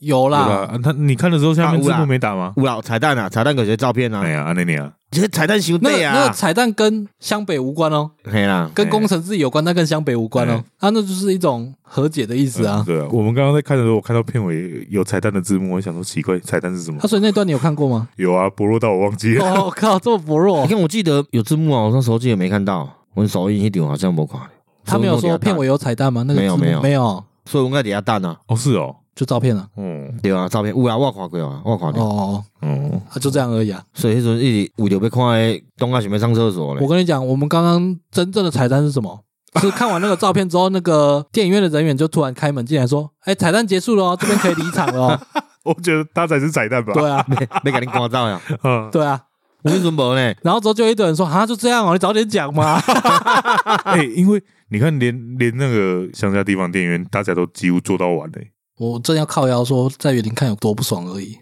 有对啦，吧？啊他你看的时候下面字幕没打吗？有啦有彩蛋啊，彩蛋可是照片哎啊，呀，阿内尼啊，这个彩蛋想那个对那个啊，彩蛋跟湘北无关哦，嘿啦，跟工程自己有关，但跟湘北无关哦哎。啊，那就是一种和解的意思嗯啊。对啊，我们刚刚在看的时候，我看到片尾有彩蛋的字幕，我想说奇怪，彩蛋是什么？啊，？所以那段你有看过吗 有啊，薄弱到我忘记了。哦，靠，这么薄你 弱，看我记得有字幕啊，我那时候记得没看到，我首映一点好像没看，他没有说片尾有彩蛋吗？那个没有字幕没有没有，所以我在底下蛋啊，哦，是哦，就照片了。嗯对啊，照片有啦，我有看过啊，我有看哦过，哦， 嗯，啊就这样而已啊。所以迄阵一直有着要看诶，动个想要上厕所我咧，跟你讲，我们刚刚真正的彩蛋是什 么？是看完那个照片之后，那个电影院的人员就突然开门进来说：“哎，彩蛋结束了哦，这边可以离场了。”哦。我觉得它才是彩蛋” 吧。对啊，要甲你关 照呀，嗯，对啊。我迄阵无呢，然后之后就有一堆人说：“啊，就这样哦，你早点讲嘛。啊哎，因为你看，连连那个乡下地方电影院，大家都几乎做到完嘞。” 我正要靠腰说在园林看有多不爽而已。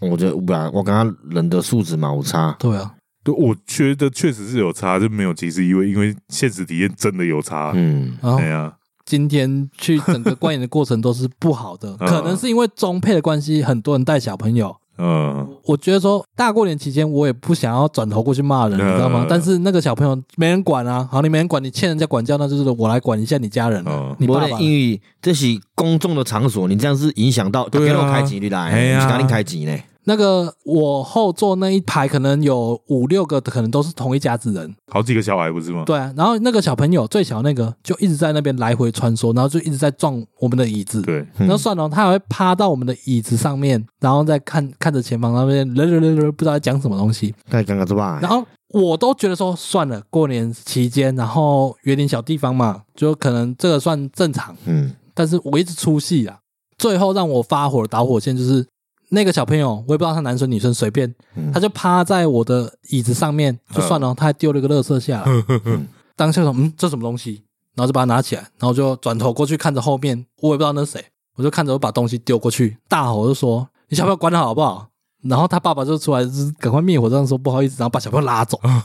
我觉得有啦，我感觉人的素质嘛有差，对啊，对，我觉得确实是有差，就没有歧视意味，因为现实体验真的有差。嗯，然后哎呀，今天去整个观影的过程都是不好 的，嗯可能是因为中配的关系，很多人带小朋友。嗯，我觉得说大过年期间，我也不想要转头过去骂人，嗯你知道吗？但是那个小朋友没人管啊，好，你没人管，你欠人家管教，那就是我来管一下你家人嗯了，你无爸咧爸，因为这是公众的场所，你这样是影响到对啊大家都开钱你来，哎呀啊不是甲你开钱呢，那个我后座那一排可能有五六个，可能都是同一家子人，好几个小孩不是吗？对啊。然后那个小朋友最小那个就一直在那边来回穿梭，然后就一直在撞我们的椅子，对，嗯那算了，他还会趴到我们的椅子上面，然后再看看着前方那边， 人人人人不知道在讲什么东西。太尴尬是吧？然后我都觉得说算了，过年期间，然后园林小地方嘛，就可能这个算正常。嗯，但是我一直出戏啊，最后让我发火的导火线就是那个小朋友，我也不知道他男生女生，随便，嗯他就趴在我的椅子上面，就算了，他还丢了一个垃圾下来。嗯 当下想，嗯，这什么东西？然后就把它拿起来，然后就转头过去看着后面，我也不知道那是谁，我就看着我把东西丢过去，大吼就说：“你小朋友管得好好不好？”然后他爸爸就出来，就是赶快灭火，这样说不好意思，然后把小朋友拉走。哎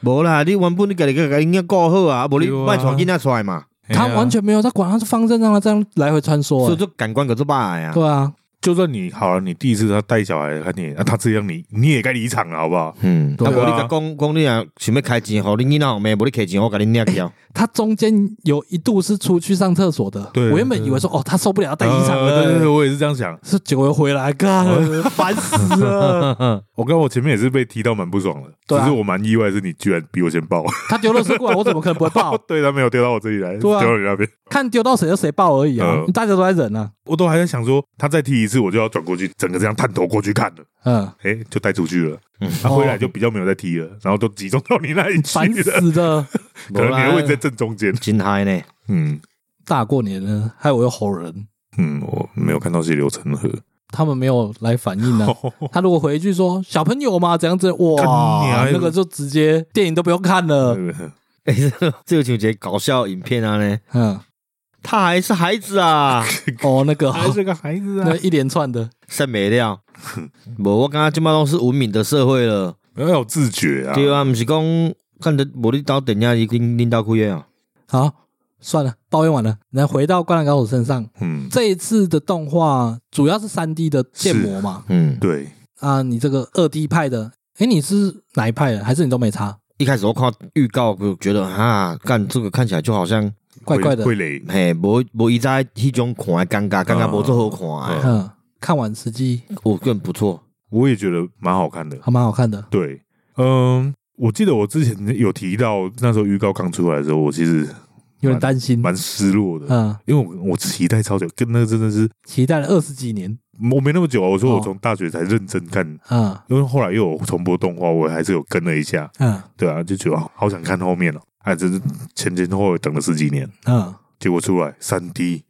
无啦，你原本你家己个囡仔顾好啊，啊无你对啊卖带囡仔出来嘛，他完哎全没有在管，他是放任让他这样来回穿梭、所以欸。这感官可是歹呀。对啊，就算你好了，你第一次他带小孩，他你啊，他这样你你也该离场了，好不好？嗯，对啊啊无你甲讲讲你啊，想要开钱，互你囡仔后面，无你开钱，我甲你领 去啊。他中间有一度是出去上厕所的。对我原本以为说哦，他受不了要带离离场对对对，哦了，呃我也是这样想。是结果又回来，干烦死了。我刚我前面也是被踢到蛮不爽的，对啊只是我蛮意外，是你居然比我先爆。他丢垃圾过来，我怎么可能不会抱 ？对他没有丢到我这里来，对啊丢到你那边。看丢到谁就谁抱而已啊嗯，大家都在忍啊。我都还在想说，他再踢一次，我就要转过去，整个这样探头过去看了， 嗯，哎，就带出去了。嗯他回来就比较没有再踢了，然后都集中到你那里去烦了，死的。 可能你的位置在正中间。真嗨呢。嗯大过年的，害我又吼人，嗯，我没有看到血流成河。他们没有来反应啊。 他如果回一句说“小朋友嘛”怎样子，哦干你哇啊，那个就直接电影都不用看了。呃 哎，这个像一个搞笑影片啊呢， 嗯，他还是孩子啊，哦，那个好，是个孩子 啊那！一连串的，善没了。无我感觉即摆拢是文明的社会了，要有自觉啊！对啊，毋是讲看着无你到电影伊跟领导开个啊，好，算了，抱怨完了，来回到《灌篮高手》身上。嗯，这一次的动画主要是三 D 的建模嘛，嗯，对，啊，你这个二 D 派的，哎，你是哪一派的？还是你都没差？一开始我看预告，我觉得啊，干这个看起来就好像怪怪的会，累。嘿，无无以前迄种看的尴啊尬，尴尬无做好看的，嗯，看完实际我个人不错。我也觉得蛮好看的。还蛮好看的，对，嗯，我记得我之前有提到，那时候预告刚出来的时候，我其实有点担心，蛮失落的，嗯，因为我我期待超久，跟那个真的是期待了二十几年，我没那么久啊。我说哦我从大学才认真看，嗯因为后来又有重播动画，我还是有跟了一下。嗯对啊，就觉得好好想看后面了、哎，真是前前后后等了十几年，嗯结果出来三 D。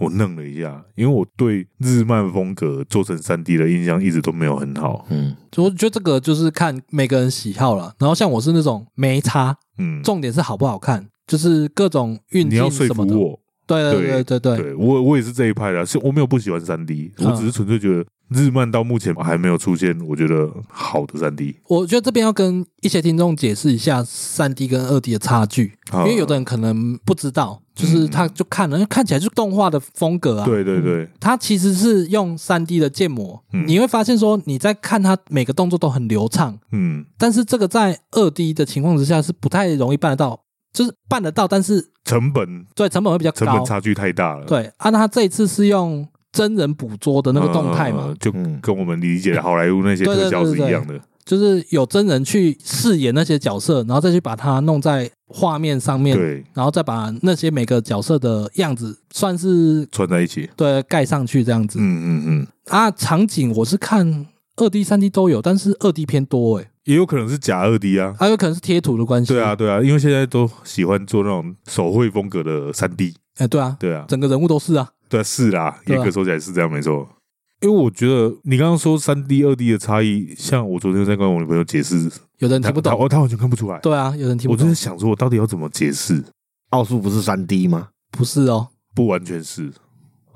我愣了一下，因为我对日漫风格做成三 D 的印象一直都没有很好。嗯，就我觉得这个就是看每个人喜好了。然后像我是那种没差，嗯，重点是好不好看，就是各种运你要镜说什服么的。我，对对对对对对，对我我也是这一派的啊，是我没有不喜欢三 D，嗯我只是纯粹觉得日漫到目前还没有出现我觉得好的三 D，我觉得这边要跟一些听众解释一下三 D 跟二 D 的差距，因为有的人可能不知道，就是他就看了，看起来就是动画的风格啊。嗯对对对，它其实是用三 D 的建模，嗯你会发现说你在看它每个动作都很流畅，嗯，但是这个在二 D 的情况之下是不太容易办得到，就是办得到，但是成本对成本会比较高，成本差距太大了，对，啊，那他这一次是用真人捕捉的嗯，那个动态嘛，嗯，嗯就嗯跟我们理解的好莱坞那些对对特效对是对一样的，就是有真人去饰演那些角色，然后再去把它弄在画面上面，对，然后再把那些每个角色的样子算是串在一起，对盖上去这样子。嗯嗯嗯，啊，场景我是看二 D、三 D 都有，但是二 D 偏多诶、也有可能是假二 D 啊。还、啊、有可能是贴图的关系。对啊，，对啊，因为现在都喜欢做那种手绘风格的三 D，哎、对啊，对啊，整个人物都是啊，对啊，是啦，对啊严格说起来是这样，没错。因为我觉得你刚刚说三 D、二 D 的差异，像我昨天在跟我女朋友解释，有的人他听不他懂。哦他完全看不出来。对啊，有人听我不就懂是。想说，我到底要怎么解释？奥数不是三 D 吗？不是哦，不完全是，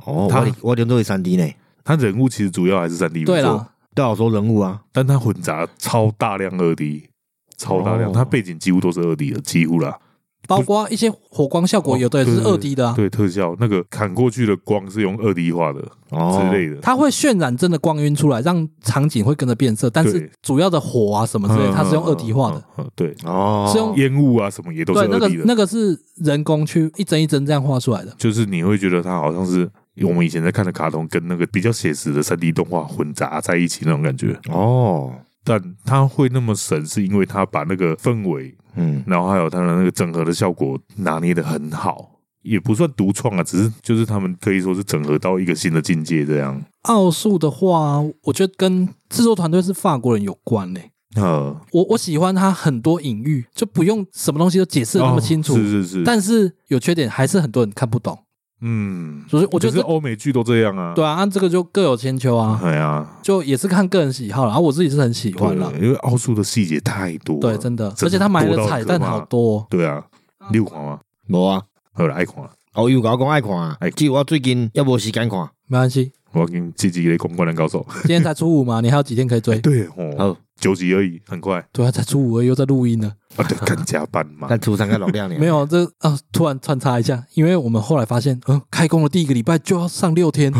哦，他我我顶多是三 D 呢。他人物其实主要还是三 D 对没错，啦，对啊，我说人物啊，但他混杂超大量二 D，超大量，哦他背景几乎都是二 D 的，几乎啦。包括一些火光效果，哦有的也是对对二 D 的啊。对，特效那个砍过去的光是用二 D 画的哦之类的，它会渲染真的光晕出来，让场景会跟着变色，但是对主要的火啊什么之类，嗯它是用二 D 画的。，嗯嗯嗯对，哦，是用烟雾啊什么也都是对，那二个 D 的，那个是人工去一帧一帧这样画出来的。就是你会觉得它好像是我们以前在看的卡通跟那个比较写实的三 D 动画混杂在一起那种感觉。哦，但它会那么神，是因为它把那个氛围，嗯，然后还有它的那个整合的效果拿捏的很好，也不算独创啊，只是就是他们可以说是整合到一个新的境界这样。奥数的话，我觉得跟制作团队是法国人有关嘞、呃，我我喜欢他很多隐喻，就不用什么东西都解释的那么清楚，哦是是是，但是有缺点还是很多人看不懂。嗯，所以我觉可是得欧美剧都这样啊，对啊，啊这个就各有千秋啊，哎呀，就也是看个人喜好了。然、后我自己是很喜欢了对，，因为奥数的细节太多啊对，了，真的，真的而且他埋多的到彩可蛋怕好多哦、对啊，你有看吗？无啊，好了，爱看了，哎哦，又甲我讲爱看啊，只有我最近也无时间看。没关系，我要给你积极的攻《灌篮高手》今天才初五嘛，你还有几天可以 追？对哦，好，九集而已，很快对啊，才初五而已，又在录音呢。啊，对，赶加班嘛，但初三跟老 亮呢？没有这啊，突然穿插一下，因为我们后来发现，嗯，开工的第一个礼拜就要上六 天，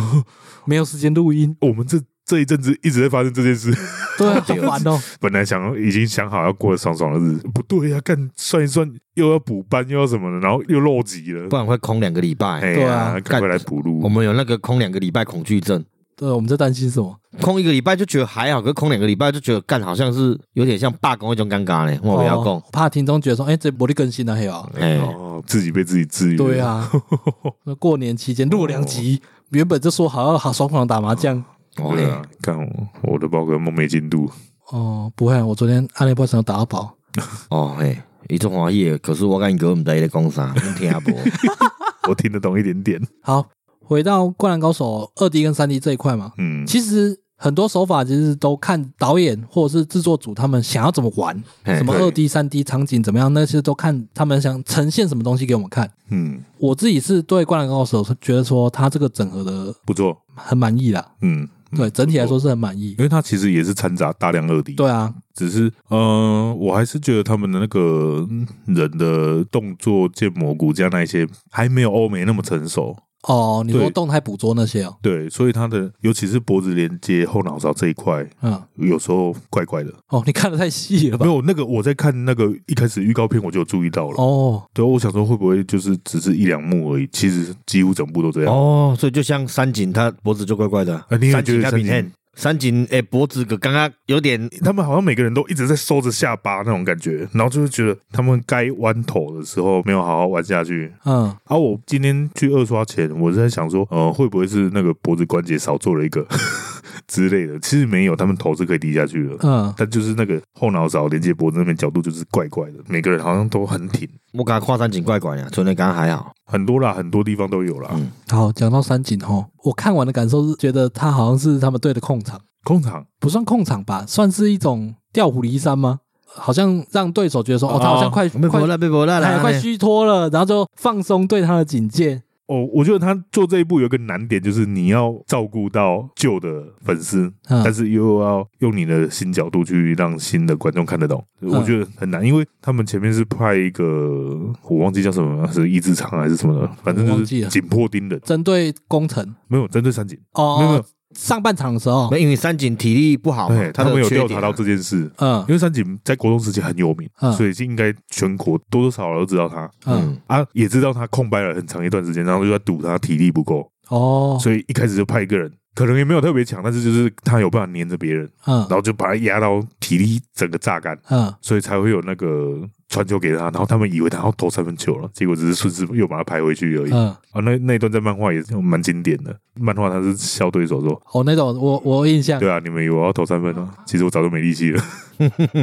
没有时间录音，我们这这一阵子一直在发生这件事， 对啊，好烦哦。本来想已经想好要过爽爽的日子，不对呀、啊，干算一算又要补班又要什么的，然后又漏集了不，然会空两个礼拜。哎对呀啊，赶快干来补我录。们有那个空两个礼拜恐惧症，对，我们在担心什么？空一个礼拜就觉得还好，可是空两个礼拜就觉得干好像是有点像罢工那种尴尬呢。我不要讲哦，怕听众觉得说，哎，这不力更新了还有。哎哦，自己被自己治 愈。对，啊，哦那过年期间录了两集，原本就说好要好爽爽打麻 将。哦对嘞，啊，哎看我的宝可梦没进度，哦，不会，我昨天暗恋不成打到饱，哦嘿，伊种欢喜的，可是我跟你哥毋知伊咧讲啥，你 听无？我听得懂一 点点。好，回到《灌篮高手》二 D 跟三 D 这一块嘛，嗯，其实很多手法其实都看导演或者是制作组他们想要怎么玩，嘿什么对二 D、三 D 场景怎么样，那些都看他们想呈现什么东西给我们看。嗯，我自己是对《灌篮高手》是觉得说他这个整合的不错。很满意啦，嗯，嗯对，整体来说，是很满意因。为它其实也是掺杂大量二 D。对啊，只是，嗯、我还是觉得他们的那个嗯人的动作、建模、骨架那一些还没有欧美那么成熟。哦，你说对动态捕捉那些哦，对，所以他的尤其是脖子连接后脑勺这一块，嗯，有时候怪怪的。哦，你看的太细了吧没？有那个，我在看那个一开始预告片我就有注意到了。哦，对，我想说会不会就是只是一两幕而已，其实几乎整部都这样。哦，所以就像三井，他脖子就怪怪的啊你。也三井觉得他比三井很，三井诶脖子个刚刚有点他们好像每个人都一直在收着下巴那种感觉，然后就是觉得他们该弯头的时候没有好好弯下去，嗯，啊，我今天去二刷前，我是在想说，呃，会不会是那个脖子关节少做了一个 之类的？其实没有，他们头是可以低下去的，嗯，但就是那个后脑勺连接脖子那边角度就是怪怪的，每个人好像都很挺，我感觉跨山井怪怪呀，存的刚刚还好。很多啦，很多地方都有啦。嗯好，讲到三井吼，我看完的感受是觉得他好像是他们队的控场，工厂不算控场吧，算是一种调虎离山吗？好像让对手觉啊得说，哦，他好像快、被快博了，被博了哎啦！快虚脱了，然后就放松对他的警戒。哦，我觉得他做这一步有一个难点，就是你要照顾到旧的粉丝，嗯但是又要用你的新角度去让新的观众看得懂，嗯我觉得很难，因为他们前面是派一个我忘记叫什么了，是益智场还是什么的，反正我就忘记是了紧迫盯人，针对工程没有针对三井，没有哦没有，上半场的时候，没，因为三井体力不哦好嘛对，，他他的们有缺调查点到啊。这件事，嗯因为三井在国中时期很有名嗯，所以应该全国多多少少都知道他。嗯，嗯，啊，也知道他空白了很长一段时间，然后就在赌他体力不够，哦，所以一开始就派一个人，可能也没有特别强，但是就是他有办法黏着别人，然嗯后就把他压到体力整个榨干，嗯，所以才会有那个传球给他，然后他们以为他要投三分球了，结果只是顺势又把他排回去而已。嗯，啊，那那一段在漫画也是蛮经典的，漫画他是笑对手说哦，那种我我有印：“象，对啊，你们以为我要投三分嗯哦，其实我早就没力气了，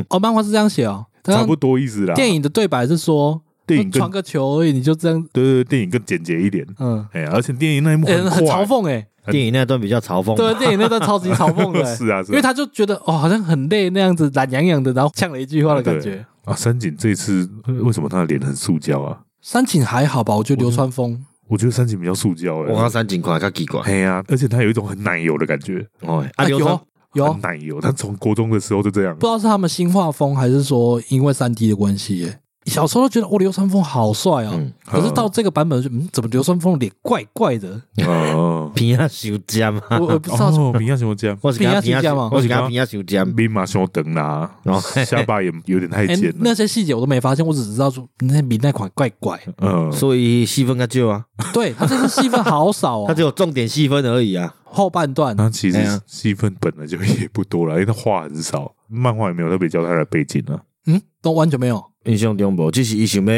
哦，漫画是这样写哦，但差不多意思啦。”电影的对白是说，电影就传更个球而已，你就这样，对对对，电影更简洁一点。嗯，哎，而且电影那一幕哎很很快嘲，讽哎，很电影那段比较嘲讽。对，电影那段超级嘲讽的， 是啊，是欸因为啊。他就觉得哦，好像很累那样子，懒洋洋的，然后呛了一句话的感觉。啊，三井这一次呃为什么他的脸很塑胶啊？三井还好吧？我觉得流川枫我觉得三井比较塑胶哎、我看三井看较奇怪。嘿呀、而且他有一种很奶油的感觉，哦，啊，啊流川有有很，奶油。他从国中的时候就这样不知，道是他们新画风还是说因为三 D 的关系耶。小时候就觉得哦，流川枫好帅哦，嗯，可是到这个版本就嗯，怎么流川枫脸怪怪的？哦平啊修尖嘛，我我不知道，哦，明亚熊这样，我是平啊讲平修尖啊嘛，我是讲平啊修尖。兵马熊等啦，然后下巴也有点太哦哎、尖那了。些细节我都没发现，我只知道说那米那款怪怪。 嗯，所以戏份较少啊，对他这次戏份好少他哦只，有重点戏份而已啊。后半段那其实哎呀戏份本来就也不多了，因为他话很少，漫画也没有特别交代他的背景啊。嗯都完全没有。印象中无，只是伊想要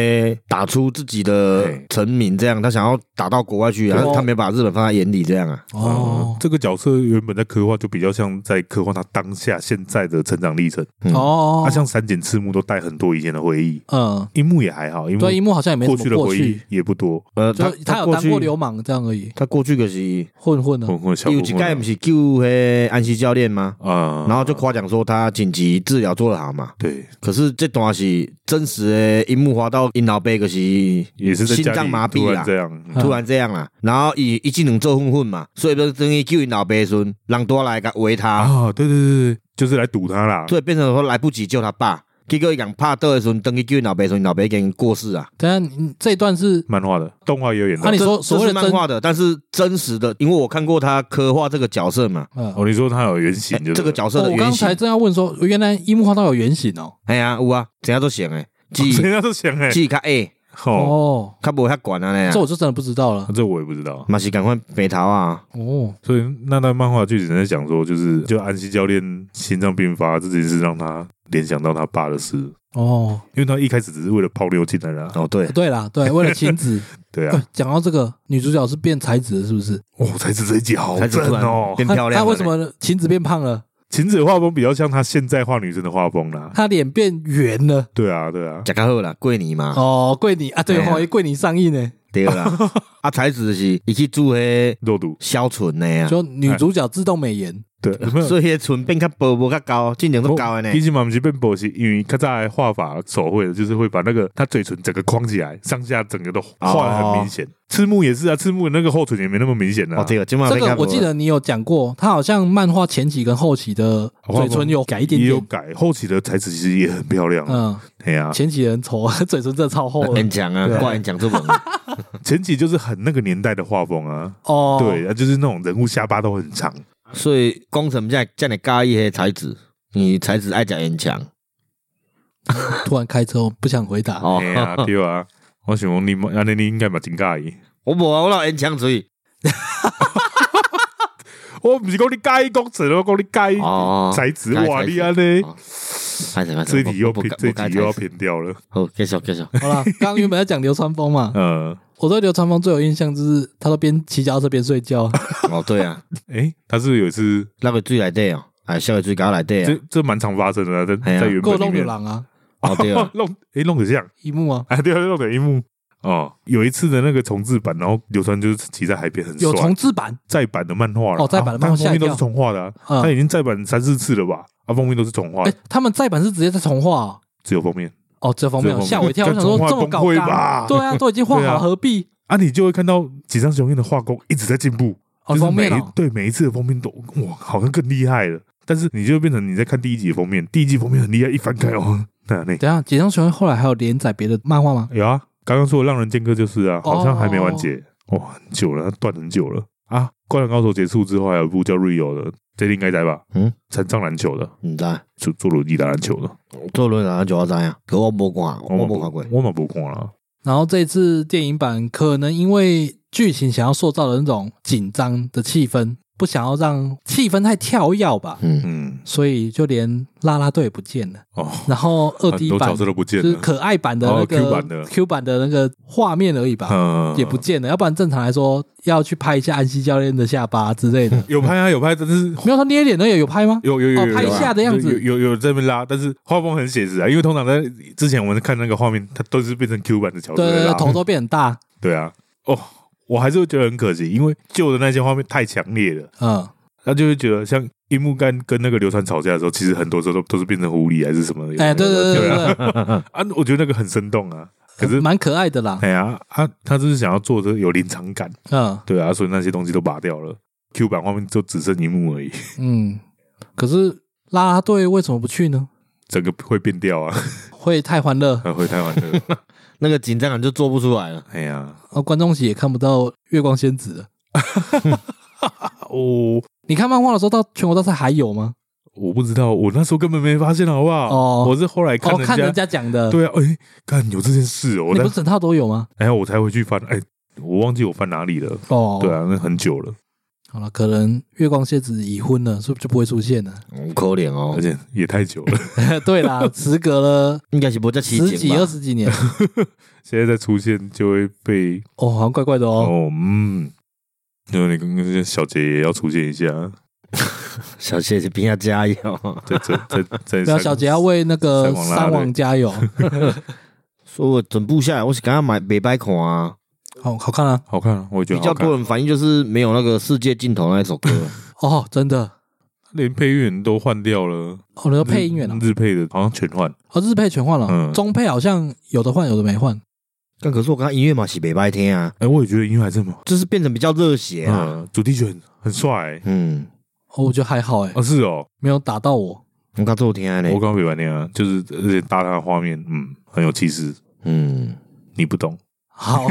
打出自己的嘿成名，这样他想要打到国外去，然后哦他没把日本放在眼里，这样啊。哦嗯、这个角色原本在刻画就比较像在刻画他当下现在的成长历程，嗯哦，啊他像三井赤木都带很多以前的回忆，嗯，樱木也还好，樱木对，樱木好像也没过什去么的过回忆去，也不多。呃，就他有过当去过流氓这样而已，他过去可是混混啊混，混小有混一届不混是救黑安西教练吗？啊，然后就夸奖说他紧急治疗做得好嘛。对，可是这段是真实的樱木花道因老爸就是也是在心家里脏麻突痹啦然，这样，嗯突然这样啦，然后伊一技能做混混嘛，所以就等于救因老爸的时候，人多来甲围他，啊，对对对对，就是来堵他啦。所以变成说来不及救他爸。结果伊共拍倒的时候，等于救因老爸的时候，因老爸已经过世啊。等一下你这一段是漫画的动画也有演到啊你。说这所谓的这是漫真画的，但是真实的，因为我看过他刻画这个角色嘛，哦呃，哦，你说他有原型，就是哦哎这个角色的我原刚型才。正要问说，原来樱木花道有原型哦。哎呀，有啊，怎样都行诶，记人家都想哎，记较矮，哦，哦，较无遐悬啊咧这，我就真的不知道哦了。这我也不知道。嘛是赶快白头啊。哦，所以那段漫画剧情在讲说，就是就安西教练心脏病发这件事，让他联想到他爸的事，哦，因为他一开始只是为了泡妞进来的啊。哦，哎对，对啦，对，为了亲子，对啊对，，讲到这个，女主角是变才子的，是不是？哦，才子这一集好才子正突然哦。变她漂亮了。她为什么晴子变胖了？晴子的画风比较像他现在画女生的画风啦。她脸变圆了。对啊，对啊，食较好啦？过年嘛，哦，桂林啊，对哎呀哦，桂林上映呢，对啦。啊，才子是伊去住迄肉毒消唇的啊呀，就女主角自动美颜。对，没有呃所以迄唇变较薄，无较高，进前都高的呢以。前嘛不是变薄是因为较早的画法手绘的，就是会把那个他嘴唇整个框起来，上下整个都画的很明显。赤木也是啊，赤木的那个后唇也没那么明显啊。哦，对，今晚这个我记得你有讲过，她好像漫画前期跟后期的嘴唇有改一点也有点，改，后期的才子其实也很漂亮。嗯，哎呀，前期很丑， 嘴唇真的超厚的哎很强啊对，啊挂人强做文，前期就是很那个年代的画风啊，哦。对，啊，就是那种人物下巴都很长。所以工程这这你介意迄才子，你才子爱食烟强突然开车，我不想回答。哦哎。 呀，对啊，我想讲你嘛，安尼你应该嘛真介意。我无啊，我老烟强嘴我哦不是讲你介意工程，我讲你介意哦。才子介意哇，才子你安尼哦拍手拍手这一题又我不偏我，这一不该题又要才子偏掉了。好，继续继续。好啦，刚刚原本在讲流川枫 嘛，呃，我对流川枫最有印象就是他都边骑脚踏车边睡觉。哦，对啊，诶，他是不是有一次那个水来底哦，哎，小的水搞来底这啊，这蛮常发生的啊，在哎 呀在原够本里弄的面哎狼啊，哦 对啊弄诶弄得像 一幕啊，哎对啊弄得一幕哦，有一次的那个重置版，然后流川就是骑在海边很有爽重，置版，再版的漫画了哦再版的漫画啊它封吓一面跳都是重画的啊，嗯他已经再版三四次了吧？啊，封面都是重画哎，，他们再版是直接在重画哦只有封面哦，这方面这哦方面吓我一跳，我跟想说重画这么搞工会纲吧，对啊，都已经画对好，啊何必？啊，你就会看到几张雄彦的画工一直在进步，哦，就是方每面一哦，对每一次的封面都哇，好像更厉害了。但是你就变成你在看第一集的封面，第一集封面很厉害，一翻开哦，那那等一下，解放雄后来还有连载别的漫画吗？有啊，刚刚说的《浪人剑客》就是啊，好像还没完哦结，哇、很久了，断很久了啊。《灌篮高手》结束之后，还有一部叫《Rio》的，这个应该在吧？嗯，残障篮球的，毋知道就做轮椅打篮球的，做轮啊就我知啊，可我无看，我无看过。我嘛不看了。然后这次电影版可能因为剧情想要塑造的那种紧张的气氛，不想要让气氛太跳跃吧，嗯，嗯，所以就连啦啦队也不见了。哦，然后二 D 很多版角色都不见就是了，可爱版的那个哦，Q 版的 Q 版的那个画面而已吧，嗯，，也不见了。要不然正常来说要去拍一下安西教练的下巴之类的 有拍啊，有拍，但是没有他捏脸的也有拍吗？有有有哦有拍有啊下的样子有有有有在那边拉，但是画风很写实啊，因为通常在之前我们看那个画面，它都是变成 Q 版的角色对在对拉对，头都变很大，对啊，哦，我还是会觉得很可惜，因为旧的那些画面太强烈了。嗯，他就会觉得像樱木干跟那个流川吵架的时候，其实很多时候都都是变成狐狸还是什么的。哎，对对对对嗯啊对对啊，我觉得那个很生动啊。 可对，是，蛮可爱的啦，哎呀，啊，他就是想要做的有临场感，嗯对啊，所以那些东西都拔掉了。Q 版画面就只剩一幕而已， 嗯。可是啦啦队为什么不去呢？整个会变掉啊， 会太欢乐，回台湾的。 那个紧张感就做不出来了。哎呀，呃，观众席也看不到月光仙子了。哦，你看漫画的时候，到全国大赛还有吗？我不知道，我那时候根本没发现，好不好？哦我是后来看哦，人看家，人家讲的，对啊，哎、看有这件事哦，我你才不是整套都有吗？哎呀，我才回去翻，哎、我忘记我翻哪里了。哦，对啊，那很久了，好了，可能月光仙子已婚了，是不是就不会出现了？ 嗯，可怜哦而，且也太久了。对啦，时隔 了应该是无遮起十几劲二吧。十几年，现在再出现就会被哦，好像怪怪的哦。哦，嗯，就你刚刚这些小杰也要出现一下，小谢是边啊加 油，在 这在在对啊，小杰要为那个三王啦三王加油， 所以我整部下来，我是感觉买没白看啊。好好看啊！好看，我也觉比得较好看多。人反应就是没有那个世界尽头那一首歌，哦，真的，连配乐员都换掉了，哦，你说配音员啊？日配的好像全换，哦，日配全换了，嗯中配好像有的换，有的没换。但可是我刚刚音乐嘛是北白听啊，哎，我也觉得音乐还是蛮好，就是变成比较热血啊。嗯，主题曲很很帅，嗯，哦，我觉得还好哎、啊是哦，没有打到我。我刚做听呢我。刚没玩那啊，就是而且搭他的画面，嗯，很有气势，嗯，你不懂，好，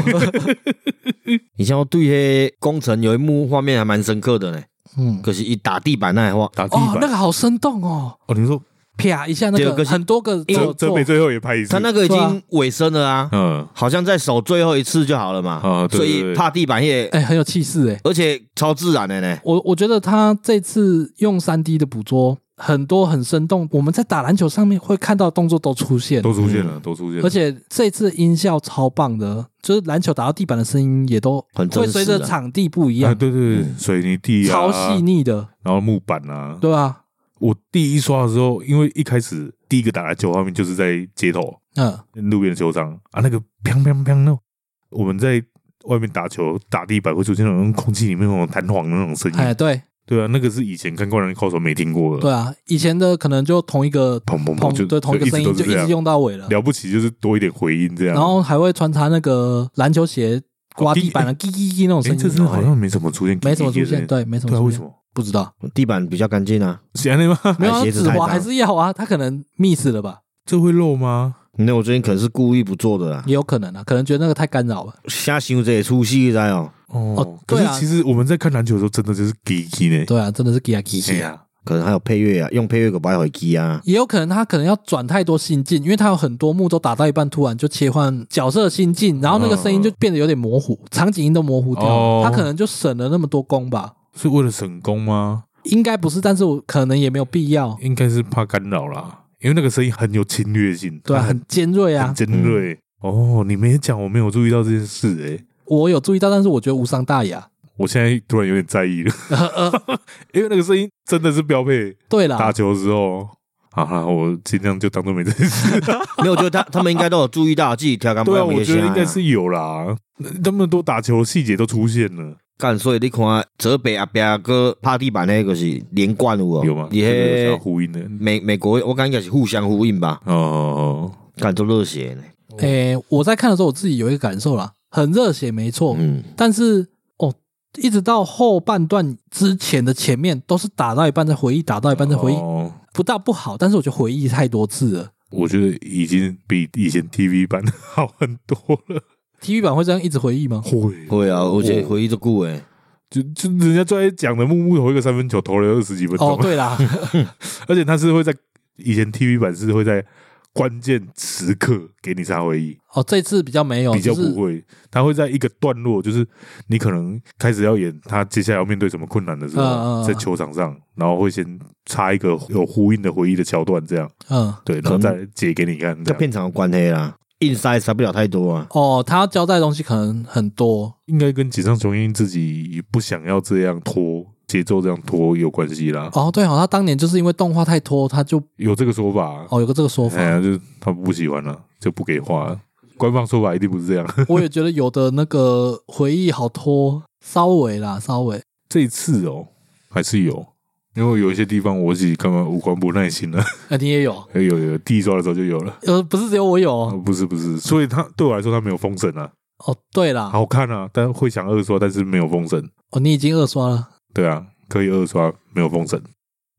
以前我对那工程有一幕画面还蛮深刻的呢， 嗯， 可是一打地板那话，打地哦，那板个好生动哦，哦，你说啪一下那这个个可惜很多个因为做这这做辈最后也拍一次，他那个已是啊经尾声了啊，嗯好像在守最后一次就好了嘛，啊，对所对以对怕地板 也，哎、很有气势哎。而且超自然的呢。我我觉得他这次用三 D 的捕捉很多很生动，我们在打篮球上面会看到的动作都出现，都出现了，都出现了，而且这次音效超棒的，就是篮球打到地板的声音也都很真会实随啊着场地不一啊，样，对对对，嗯水泥地啊，超细腻的，然后木板啊，对吧？我第一刷的时候，因为一开始第一个打篮球画面就是在街头嗯，路边的球场啊，那个砰砰砰那种，我们在外面打球打地板会出现那种空气里面那种弹簧的那种声哎，音，对对啊，那个是以前看《灌篮高手》没听过的，对啊，以前的可能就同一个砰砰砰同嗯就对同一个直声音都就是一直这样，用到尾了，了不起就是多一点回音这样。然后还会穿插那个篮球鞋刮地板的叽叽叽那种哎，声这次音，好像没怎么出现，没怎么出现，，对，没什么对啊，出为现什，么？不知道，地板比较干净啊，显然吗？ 没有啊鞋子指太滑脏还是要啊，他可能 miss 了吧，这会漏吗？那我最近可能是故意不做的啦，也有可能啊，可能觉得那个太干扰了，瞎想这些出戏，你知道哦，哦哦，可对啊是其实我们在看篮球的时候，真的就是叽叽呢，对啊，真的是叽呀叽哎叽。呀，可能还有配乐啊，用配乐给摆回机啊， 也有可能他可能要转太多心境，因为他有很多幕都打到一半，突然就切换角色心境，然后那个声音就变得有点模糊，场景音都模糊掉了。哦他可能就省了那么多工吧，是为了省工吗？应该不是，但是我可能也没有必要。应该是怕干扰啦，因为那个声音很有侵略性，对啊，它很很尖锐很啊，尖锐。哦，你没讲，我没有注意到这件事诶、我有注意到，但是我觉得无伤大雅。我现在突然有点在意了， 因为那个声音真的是标配。对打啦，球的时候，好啦，我尽量就当做没这件事。没有，我觉得他他们应该都有注意到自己调侃不对啊，了我觉得应该是有啦，那么多打球的细节都出现了，干，所以你看泽北阿边哥趴地板那个是连贯有哦，有吗？你这个有想要那呼应的美美国我感觉是互相呼应吧，哦，干都热血呢，诶、我在看的时候，我自己有一个感受啦，很热血，没错，嗯，但是哦，一直到后半段之前的前面都是打到一半再回忆，打到一半再回忆，哦不大不好，但是我觉得回忆太多次了。我觉得已经比以前 TV 版好很多了。 TV 版会这样一直回忆吗？会会啊，而且我回忆这久哦诶，就就人家最爱讲的木木投一个三分球投了二十几分钟，哦，对啦， 而且他是会在以前 TV 版是会在关键时刻给你杀回忆，哦，这次比较没有，比较就是不会，他会在一个段落，就是你可能开始要演他接下来要面对什么困难的时候，嗯嗯嗯在球场上，然后会先插一个有呼应的回忆的桥段，这样嗯，对，然后可能再解给你看，这跟样片场有关系啦，硬塞塞不了太多啊，哦，他要交代的东西可能很多，应该跟井上雄英自己不想要这样拖节奏这样拖有关系啦，哦，对哦，他当年就是因为动画太拖，他就有这个说法，哦有个这个说法哎，呀，就是他不喜欢了，就不给画了。官方说法一定不是这样。 我也觉得有的那个回忆好拖，稍微啦，稍微这一次哦，还是有，因为有一些地方我自己干嘛无关不耐心了。 呃，你也有，哎有有有，第一刷的时候就有了。呃，不是只有我有哦，哦，不是不是，所以他对我来说他没有封神啊，哦，对啦，好看啊，但会想二刷，但是没有封神。哦，你已经二刷了，对啊，可以二刷，没有封神。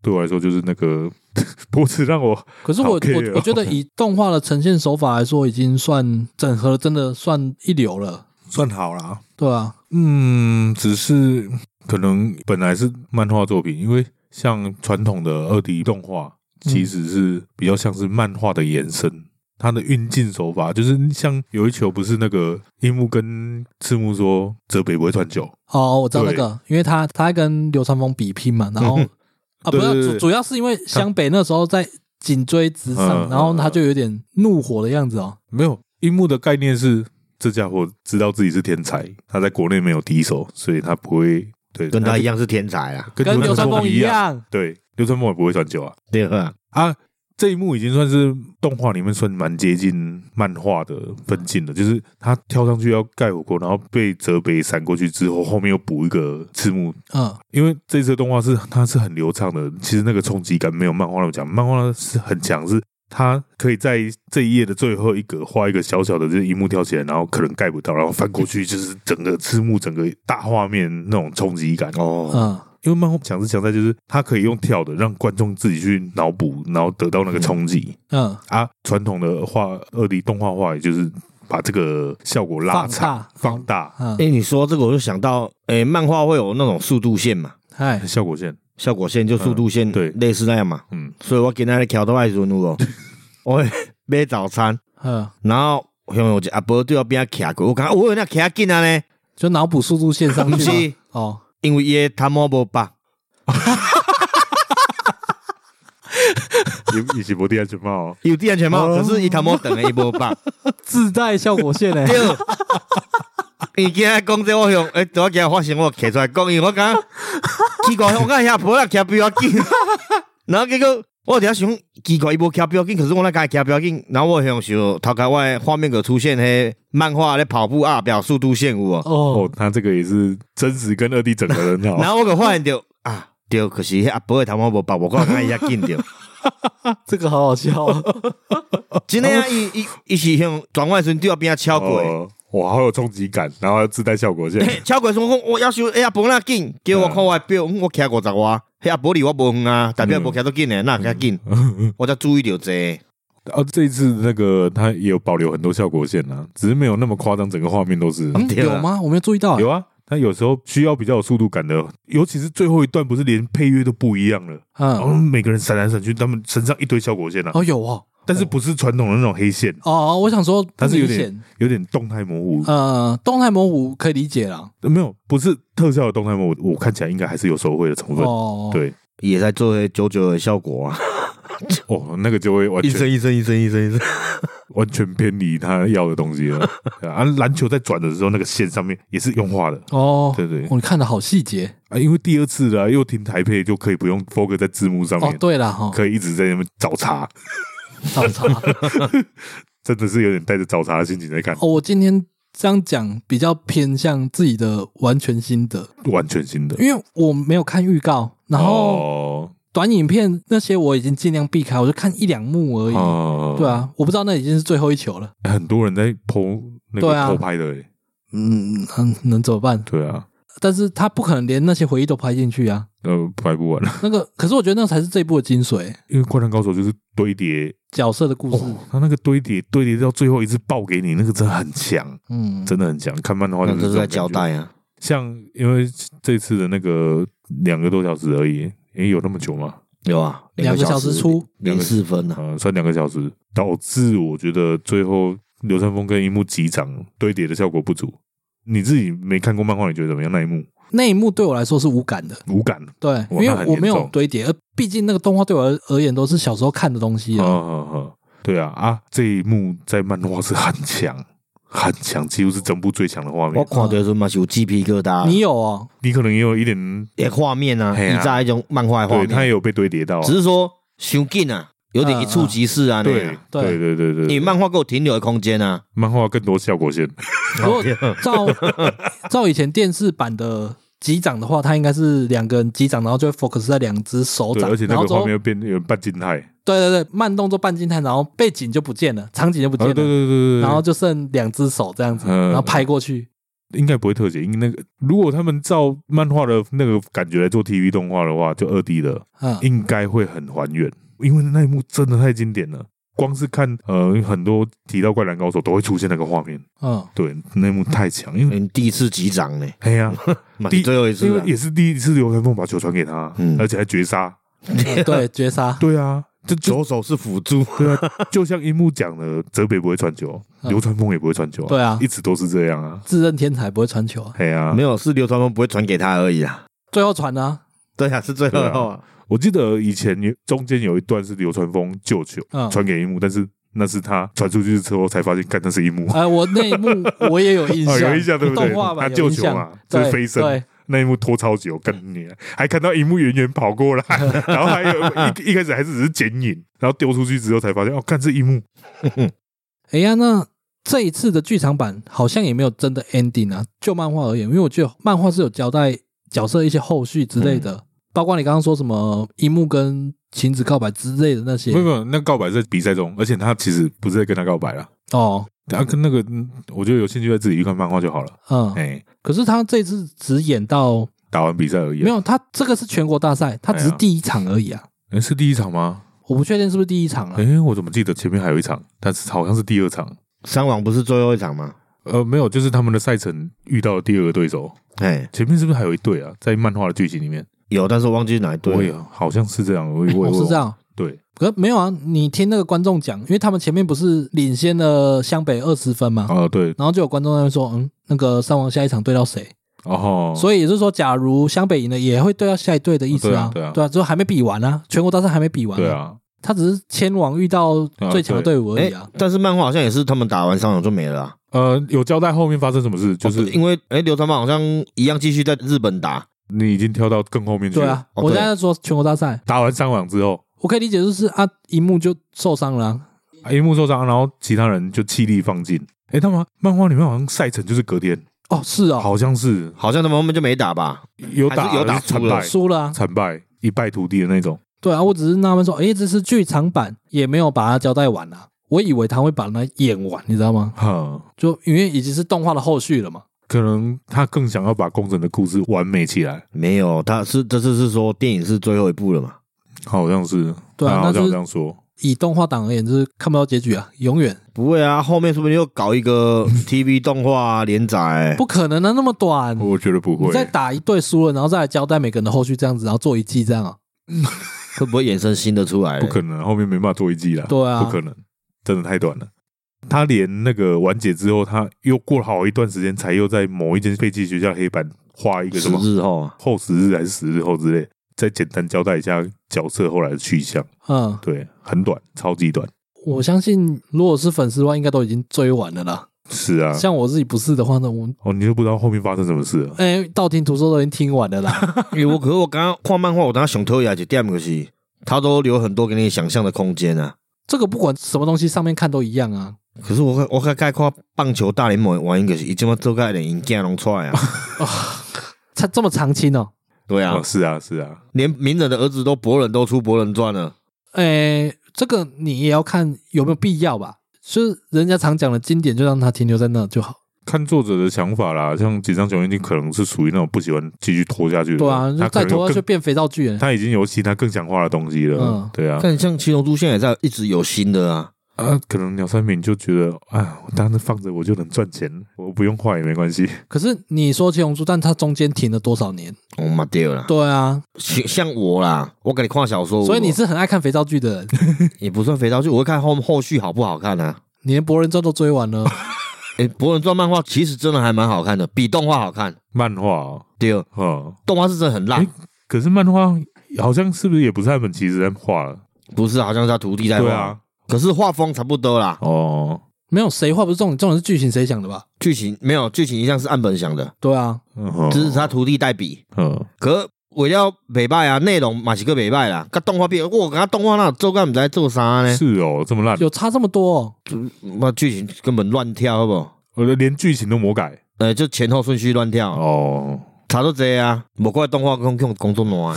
对我来说就是那个 脖子让我可是我好 care 哦我我觉得以动画的呈现手法来说，已经算整合了，真的算一流了，算好啦。对啊，嗯，只是可能本来是漫画作品，因为像传统的二 D 动画，其实是比较像是漫画的延伸。它的运镜手法就是像有一球，不是那个樱木跟赤木说泽北不会传球，哦，我知道那个，因为他他在跟流川枫比拼嘛，然 后啊，不对对是对主主要是因为湘北那时候在紧追直上，嗯然后他就有点怒火的样子哦。没有樱木的概念是这家伙知道自己是天才，他在国内没有敌手，所以他不会对跟他一样，样是天才啊，跟跟流川川枫一一，样，对流川枫也不会传球啊对吧？啊！这一幕已经算是动画里面算蛮接近漫画的分镜了，就是他跳上去要盖火锅，然后被泽北闪过去之后，后面又补一个字幕，嗯，因为这次的动画是它是很流畅的，其实那个冲击感没有漫画那么强，漫画是很强，是它可以在这一页的最后一格画一个小小的，就是一幕跳起来，然后可能盖不到，然后翻过去就是整个字幕整个大画面那种冲击感。哦，嗯，因为漫画强是强在就是它可以用跳的让观众自己去脑补，然后得到那个冲击、嗯，啊。传统的画二 D 动画画也就是把这个效果拉放长大，放大哎、嗯，你说这个我就想到，哎、漫画会有那种速度线嘛，嗨，效果 线，效果线就速度线，嗯对类似那样嘛。嗯，所以我今天桥头爱 顺路哦，我会买早餐，嗯，然后像有一个阿伯对我边仔徛过，我感觉我那徛紧啊 呢，就脑补速度线上不去是啊嘛，哦，因为伊他摸无吧，也也是无地安全帽哦，有戴安全帽，可是伊他摸等的伊无吧。自带效果线欸 嘞， 对，伊今仔讲这我向诶，拄仔今仔发生我摕出来讲，因为我感觉奇怪，我感觉遐婆仔徛比我 紧，然后结果我伫遐想奇怪，伊无徛比我紧，可是我那家徛比我紧，然后我向想头壳我的画面个出现迄漫画咧跑步啊，表速度线有无？哦哦，，他这个也是真实跟二 D 整合的很 好。然后我个发现着啊，着可是迄阿婆的头毛无白，我感觉伊遐 紧着，这个好好笑哦，真诶啊，伊伊伊是向转弯的时阵对我边仔超过的。哦，哇，好有冲击感，然后自带效果 线，嘿超过说，我我要求哎呀，无那紧，结果我看我的表，嗯我骑五十外，迄阿伯离我无远啊，代表无骑到紧诶，那较紧，我才注意到这。哦，这一次那个他也有保留很多效果线啊，只是没有那么夸张，整个画面都是、嗯对啊有吗？我没有注意到，欸有啊。他有时候需要比较有速度感的，尤其是最后一段，不是连配乐都不一样了，然后嗯，每个人闪来闪去，他们身上一堆效果线啊，哦有哦，但是不是传统的那种黑线，哦，我想说，它是有明点显，有点动态模糊，呃，动态模糊可以理解啦，没有，不是特效的动态模糊，我看起来应该还是有手绘的成分，哦，对，也在做迄九九的效果啊，哦，那个就会完 一全声一声一声一声一声，完全偏离他要的东西了。 对啊啊，篮球在转的时候，那个线上面也是用画的，哦，对对哦，你看的好细节啊，因为第二次了、又听台配，就可以不用 focus 在字幕上哦面，，对了 哈，可以一直在那边找茬，找茬真的是有点带着找茬的心情在看，哦，我今天这样讲比较偏向自己的完全心得，完全新的。因为我没有看预告，然后哦短影片那些我已经尽量避开，我就看一两幕而已。哦对，啊，我不知道那已经是最后一球了。很多人在剖那对个啊偷拍的、欸，嗯，能能怎么办？对啊，但是他不可能连那些回忆都拍进去 啊。呃，拍不完了， 那个，可是我觉得那才是这一部的精髓，因为《灌篮高手》就是堆叠，角色的故事。哦，他那个堆叠堆叠到最后一次爆给你，那个真的很强，嗯，真的很强。看漫画那就是这这种是在感觉交代啊。像因为这次的那个两个多小时而已，诶，有那么久吗？有啊，两个小时出零四分啊，呃，算两个小时，导致我觉得最后流川枫跟樱木击掌堆叠的效果不足。你自己没看过漫画，你觉得怎么样？那一幕那一幕对我来说是无感的，无感对，因哇为那很我没有严重堆叠，而毕竟那个动画对我而而言都是小时候看的东西啊啊。啊啊！对啊啊！这一幕在漫画是很强，很强，几乎是整部最强的画我面。看到的时候嘛是有鸡皮疙啊瘩，你有哦，你可能也有一点，诶画面啊，嘿你啊在一种漫画的画对他也面，有被堆叠到啊。只是说伤紧啊，有点一触即逝啊，那嗯对样。对对对对对，你漫画够停留的空 间啊，漫画更多效果线。如 果照 照以前电视版的击掌的话，它应该是两个人击掌，然后就会 focus 在两只手对，掌，而且那然后个之后画面又变有半静态。对对对，慢动作半静态，然后背景就不见了，场景就不啊见对了，对对对，然后就剩两只手这样子，嗯然后拍过去，应该不会特写，因为那个如果他们照漫画的那个感觉来做 TV 动画的话，就二 D 的，嗯，应该会很还原，因为那一幕真的太经典了。光是看呃很多提到灌篮高手都会出现那个画面，嗯，对，那一幕太强，因为嗯，第一次击掌呢，哎 呀，嘛第是最后一次因为啊，也是第一次流川枫把球传给他嗯，而且还绝杀，嗯对， 绝杀，对啊，这就 左手是辅助，对啊，就像樱木讲的，泽北不会传球，嗯流川枫也不会传球，对啊一直都是这样啊，自认天才不会传球啊，哎呀，没有是流川枫不会传给他而已啊。最后传啊，对啊，是最后对啊啊，我记得以前有中间有一段是流川枫救球嗯传给樱木，但是那是他传出去之后才发现，干那是樱木。 哎，我那一幕我也有印哦，象，有印象对不对？动画版他有救印球啊象嘛，就是飞身，对，那一幕拖超久，跟你啊还看到荧幕远远跑 过来，然后还有 一一开始还是只是剪影，然后丢出去之后才发现，哦，看这一幕，哎呀，那这一次的剧场版好像也没有真的 ending 啊。就漫画而言，因为我觉得漫画是有交代角色一些后续之类嗯的，包括你刚刚说什么樱木跟晴子告白之类的那些没有没有，那告白在比赛中，而且他其实不是在跟他告白啦，哦，他跟那个，嗯我觉得有兴趣在自己去看漫画就好了。嗯。哎、可是他这次只演到打完比赛而已、啊，没有，他这个是全国大赛，他只是哎呀第一场而已啊。诶哎是第一场吗？我不确定是不是第一场哎、了。我怎么记得前面还有一场，但是好像是第二场。三王不是最后一场吗？呃，没有，就是他们的赛程遇到了第二个对手，哎，前面是不是还有一队啊？在漫画的剧情里面，有，但是我忘记哪一我队啊也了。好像哦是这样，我也我我也哦是这，样，对，可没有啊，你听那个观众讲，因为他们前面不是领先了湘北二十分嘛，啊、对，然后就有观众在那边说，嗯，那个三王下一场对到谁？哦，所以也就是说，假如湘北赢了，也会对到下一队的意思啊，对啊对啊对啊，就还没比完啊，全国大赛还没比完、对，啊，他只是千王遇到最强的队伍而哎已哦啊，，但是漫画好像也是他们打完三王就没了啊，呃，有交代后面发生什么事，就哦是对因为哎，流川枫好像一样继续在日本打，你已经跳到更后面去对了。啊，哦我对现在说全国大赛，打完三网之后，我可以理解就是啊，樱木就受伤了啊、啊樱木受伤，然后其他人就气力放尽。哎，他们漫画里面好像赛程就是隔天，哦，是哦，好像是好像他们后面就没打吧？有还打是有打但是输惨了败，输了啊，惨败一败涂地的那种。对啊，我只是纳闷说，诶，这是剧场版，也没有把它交代完啊。我以为他会把它演完，你知道吗？哈，就因为已经是动画的后续了嘛。可能他更想要把工程的故事完美起来，没有，他是这次是说电影是最后一部了嘛？好像是，对啊他好但像是这样说。以动画党而言，就是看不到结局啊，永远不会啊，后面说不定又搞一个 TV 动画、啊、连载，不可能啊，那么短。我觉得不你会，再打一队输了，然后再来交代每个人的后续，这样子，然后做一季这样啊？会不会衍生新的出来？不可能，后面没办法做一季了，对啊不可能，真的太短了。他连那个完结之后，他又过了好一段时间，才又在某一间废弃学校黑板画一个什十么日后啊，后十日还是十日后之类，再简单交代一下角色后来的去向。嗯，对，很短，超级短。我相信如果是粉丝的话，应该都已经追完了啦。是啊，像我自己不是的话呢，我哦，你就不知道后面发生什么事了。诶，道听途说都已经听完了 啦。因为我可是我刚刚看漫画，我当时想偷一一点就是，他都留很多给你想象的空间啊。这个不管什么东西上面看都一样啊。可是我看我看概括棒球大联盟玩一个，伊即马做个连引镜拢出来啊。它这么长青哦，对啊哦，，是啊，是啊，连名人的儿子都博人都出博人传了。诶，呃这个你也要看有没有必要吧。就是人家常讲的经典，就让它停留在那就好。看作者的想法啦。像锦上雄一定可能是属于那种不喜欢继续拖下去的人，对啊，就他再可能有拖下去更，变肥皂剧了。他已经有其他更想画的东西了。嗯对啊，但像七龙珠现在也在一直有新的啊，啊，可能鸟山明就觉得，啊，我当时放着我就能赚钱，我不用画也没关系。 可是你说七龙珠，但它中间停了多少年？我嘛哦对啦。对啊，像像我啦，我给你看小哦说，所以我你是很爱看肥皂剧的 人，也不算肥皂剧，我会看后后续好不好看啊。你连《博人传》都追完了。诶，博人传漫画其实真的还蛮好看的，比动画好看。漫画、哦，第二，嗯，动画是真的很烂诶，可是漫画好像是不是也不是他们其实在画了？不是好像是他徒弟在对画啊，，可是画风差不多啦，哦，没有谁画不是重点，重点是剧情谁想的吧？剧情没有剧情一向是岸本想的，对啊，嗯哼只是他徒弟代笔。嗯，可为了北拜啊，内容嘛是个北拜啦，跟动画比，我跟他动画那做干唔知道做啥呢？是哦，这么烂，有差这么多、哦，那剧情根本乱跳，好不好？我的连剧情都魔改呃，就前后顺序乱跳，哦，差都这啊，莫怪动画工用工作烂啊。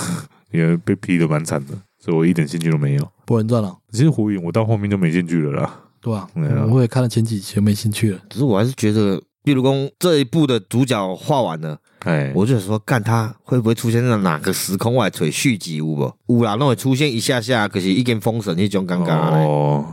也被批的蛮惨的，所以我一点兴趣都没有。 《博人传》了，啊其实火影我到后面就没兴趣了啦，对吧、对啊我也看了前几集，没兴趣了。只是我还是觉得，例如说这一部的主角画完了，哎，我就想说，干他会不会出现在哪个时空外吹续集有无？有啦，那会出现一下下，可是一见封神那种尴尬哎呢。哦。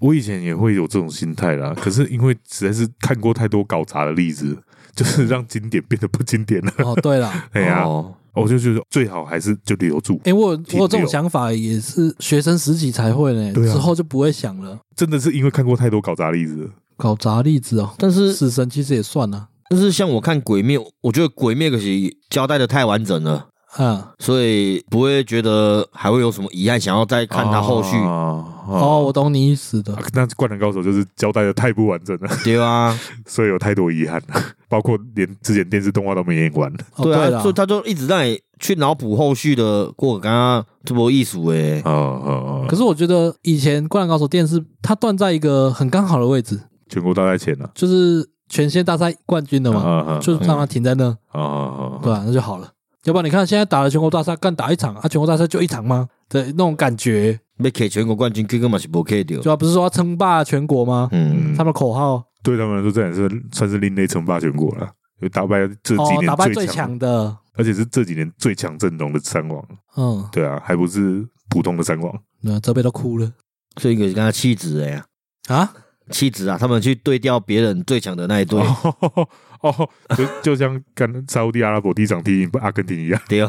我以前也会有这种心态啦，可是因为实在是看过太多搞砸的例子，就是让经典变得不经典了。哦，对了， 哎呀、哦我就觉得最好还是就留住，诶，我有我停有这种留想法也是学生时期才会呢，对啊之后就不会想了。真的是因为看过太多搞砸例子了，搞砸例子哦，但是死神其实也算了啊但是像我看《鬼灭》，我觉得《鬼灭》可是交代的太完整了，嗯，所以不会觉得还会有什么遗憾，想要再看哦他后续，啊哦，我懂你意思的啊。那《灌篮高手》就是交代的太不完整了，对啊，所以有太多遗憾了， 包括连之前电视动画都没演完。哦对对啊，啦所以他就一直让你去脑补后续的过刚刚这波艺术诶，哦哦可哦，是我觉得以前《灌篮高手》电视它断在一个很刚好的位置，全国大赛前呢，就是全县大赛冠军的嘛，啊就让它停在那，啊啊对，吧、那就好了。要不然你看现在打了全国大赛，干打一场啊，全国大赛就一场吗？的那种感觉，被 K 全国冠军，根本嘛是不 K 掉对，吧、不是说要称霸全国吗？嗯，他们的口号对他们来说，这也是算是另类称霸全国了，就打败这几哦，打年败最强，强的，而且是这几年最强阵容的三王。嗯，对啊，还不是普通的三王。那这边都哭了所以一个是刚刚妻子诶，啊！妻子啊，他们去对调别人最强的那一队，哦，哦就就像跟沙烏地阿拉伯第一场踢赢阿根廷一样， 对啊，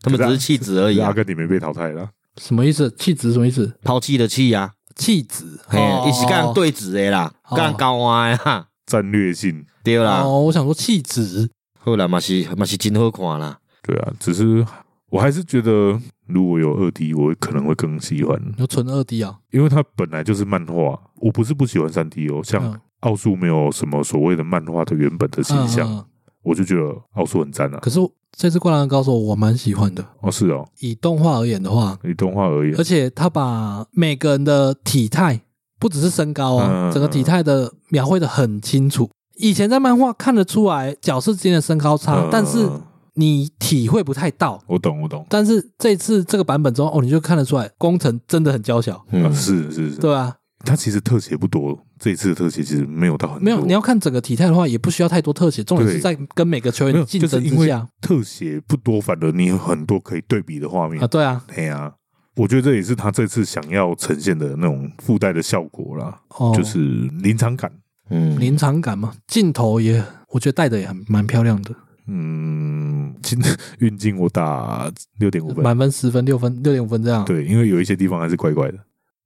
他们只是弃子而可已是阿啊，根廷没被淘汰了。什么意思？气质什么意思？抛弃的弃啊，气质，嘿，一起干哦对子的啦，哦干高啊啦，战略性，对啦，哦，我想说气质，后来嘛是嘛是真好看啦，对啊，只是我还是觉得，如果有二 D，我可能会更喜欢，有纯二 D 啊，因为它本来就是漫画。我不是不喜欢三 D 哦，像嗯奥数没有什么所谓的漫画的原本的形象，嗯嗯嗯我就觉得奥数很赞啊。可是我这次《灌篮高手》我蛮喜欢的，哦，是哦，以动画而言的话，以动画而言啊而，且他把每个人的体态，不只是身高啊，嗯整个体态的描绘的很清楚。以前在漫画看得出来角色之间的身高差，嗯但是你体会不太到。我懂，我懂，但是这次这个版本中，哦，你就看得出来，工程真的很娇小，啊嗯，是是是，对吧、它其实特写不多，这一次的特写其实没有到很多，没有，你要看整个体态的话，也不需要太多特写，重点对是在跟每个球没员有竞就是争因之为下特写不多，反而你有很多可以对比的画面啊，。对啊，对啊，我觉得这也是他这次想要呈现的那种附带的效果啦，哦，就是临场感。嗯，临场感嘛，镜头也我觉得带的也很蛮漂亮的，嗯，今运镜我打六点五分，满分十分六分六点五分这样。对，因为有一些地方还是怪怪的。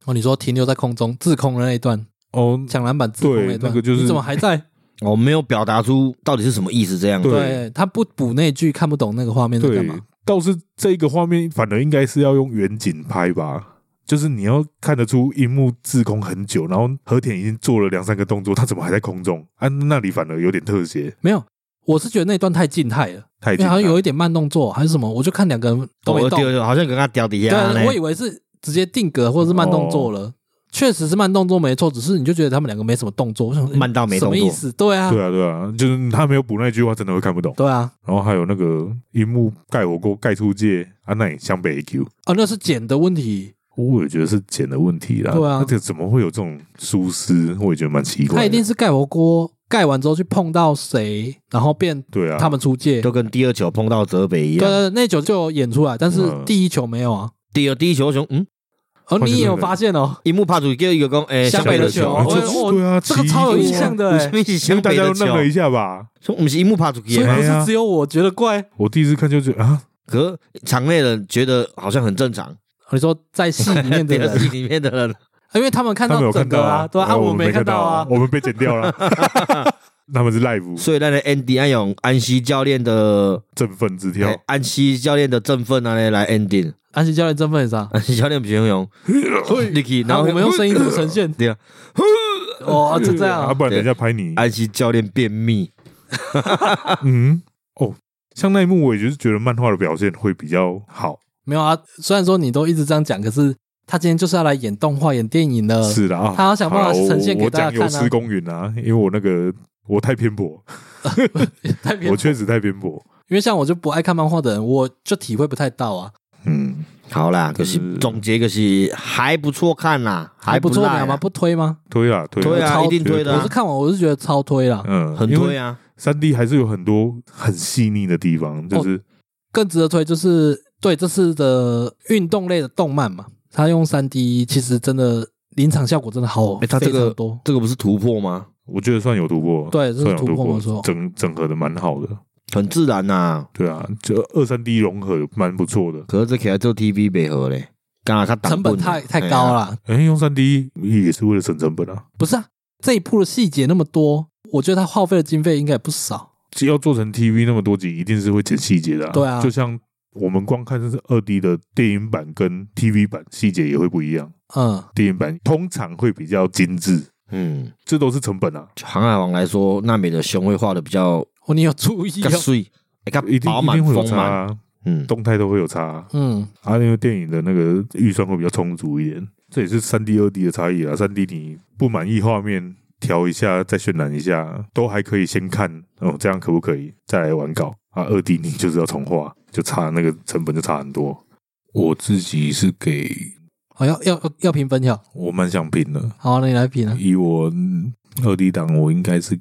哦，你说停留在空中自控的那一段，哦，抢篮板自控对那一段，那个就是你怎么还在？我哦没有表达出到底是什么意思，这样子 对对他不补那句看不懂那个画面在干对嘛？，倒是这个画面反而应该是要用远景拍吧。就是你要看得出樱木滞空很久，然后和田已经做了两三个动作，他怎么还在空中？啊，那里反而有点特写，没有，我是觉得那段太静态了，太哦因为好像有一点慢动作还是什么，我就看两个人都没我动。丢好像跟他掉底下对，我以呢，为是直接定格或者是慢动作哦了，确实是慢动作没错，只是你就觉得他们两个没什么动作，我想慢到没动作什么意思？对啊，对啊，对啊，就是他没有补那句话，真的会看不懂。对啊，然后还有那个樱木盖火锅盖出界，啊，那也湘北 A Q，哦，那是剪的问题，我也觉得是剪的问题啦。对啊那这怎么会有这种疏失？我也觉得蛮奇怪的。他一定是盖火锅盖完之后去碰到谁，然后变对啊，他们出界。就跟第二球碰到泽北一对样，对，对那球就有演出来，但是嗯第一球没有啊。第二第一球熊，嗯，哦，换你球也有队的发现哦，一幕拍出叫一个讲，诶，湘北的的球我这 说哦对啊，这个超有印象的，的欸，为什么是因湘为大北家的都球愣？了一下吧。说我们是一幕拍出去所以的不哎是呀只有我觉得怪。哦我第一次看就觉得啊，可场内人觉得好像很正常，你说在戏里面的电人， 视里面的人， 因为他们看他们有到整看到个啊，对啊，啊我我们没看看到啊。我们被剪 掉了。他们是 live 所以那个 Andy 安勇安西教练的振奋之跳诶，安西教练的振奋啊，来 ending，安琪教练真分很啥？安西教练不是很勇 n i k i 然然后啊后我们用声音组呈 现，对啊，哦，就这样啊， 啊，不然等一下拍你。安西教练便秘，嗯，哦，像那一幕，我也就是觉得漫画的表现会比较好。没有啊。虽然说你都一直这样讲，可是他今天就是要来演动画、演电影的， 是的啊，嗯他要想办法好啦我呈现给我大家讲有看啊失公允啊，因为我那个我太偏颇，太偏我。确实太偏颇。因为像我就不爱看漫画的人，我就体会不太到啊。嗯，好啦，可嗯是总结可是还不错看啦，呃还不不错赖的嘛，啊，不推吗？推啦推啦对啊，超一定推的我啊是，看完我是觉得超推啦，嗯，很因推为啊，三 D 还是有很多很细腻的地哦方，就是更值得推就是对这次的运动类的动漫嘛，它用三 D 其实真的临场效果真的好诶它非哎这常个多。这个不是突破吗？我觉得算有突破，对啊这是算有突突破没错整整合的蛮好的。很自然呐、对啊，就二三 D 融合蛮不错的。可是这起来做 TV 配合嘞，刚刚他成本太太高了，了，哎，用三 D 也是为了省成本啊，不是啊？这一部的细节那么多，我觉得它耗费的经费应该也不少。只要做成 TV 那么多集，一定是会剪细节的、对啊就像我们光看就是二 D 的电影版跟 TV 版细节也会不一样，嗯，电影版通常会比较精致，嗯，这都是成本啊，航海王来说，娜美的胸会画的比较哦，你有注意较哦，碎，会较一定饱一满定会有丰差、满，啊，嗯，动态都会有差啊、嗯，啊，因为电影的那个预算会比较充足一点，这也是三 D、二 D 的差异啊啦。三 D 你不满意画面调一下，再渲染一下，都还可以先看哦，这样可不可以再来玩稿啊？二 D 你就是要重画，就差那个成本就差很多。我自己是给好、哦要要要评分条，我蛮想评的，好，那你来评啊，以我二 D 档，我应该是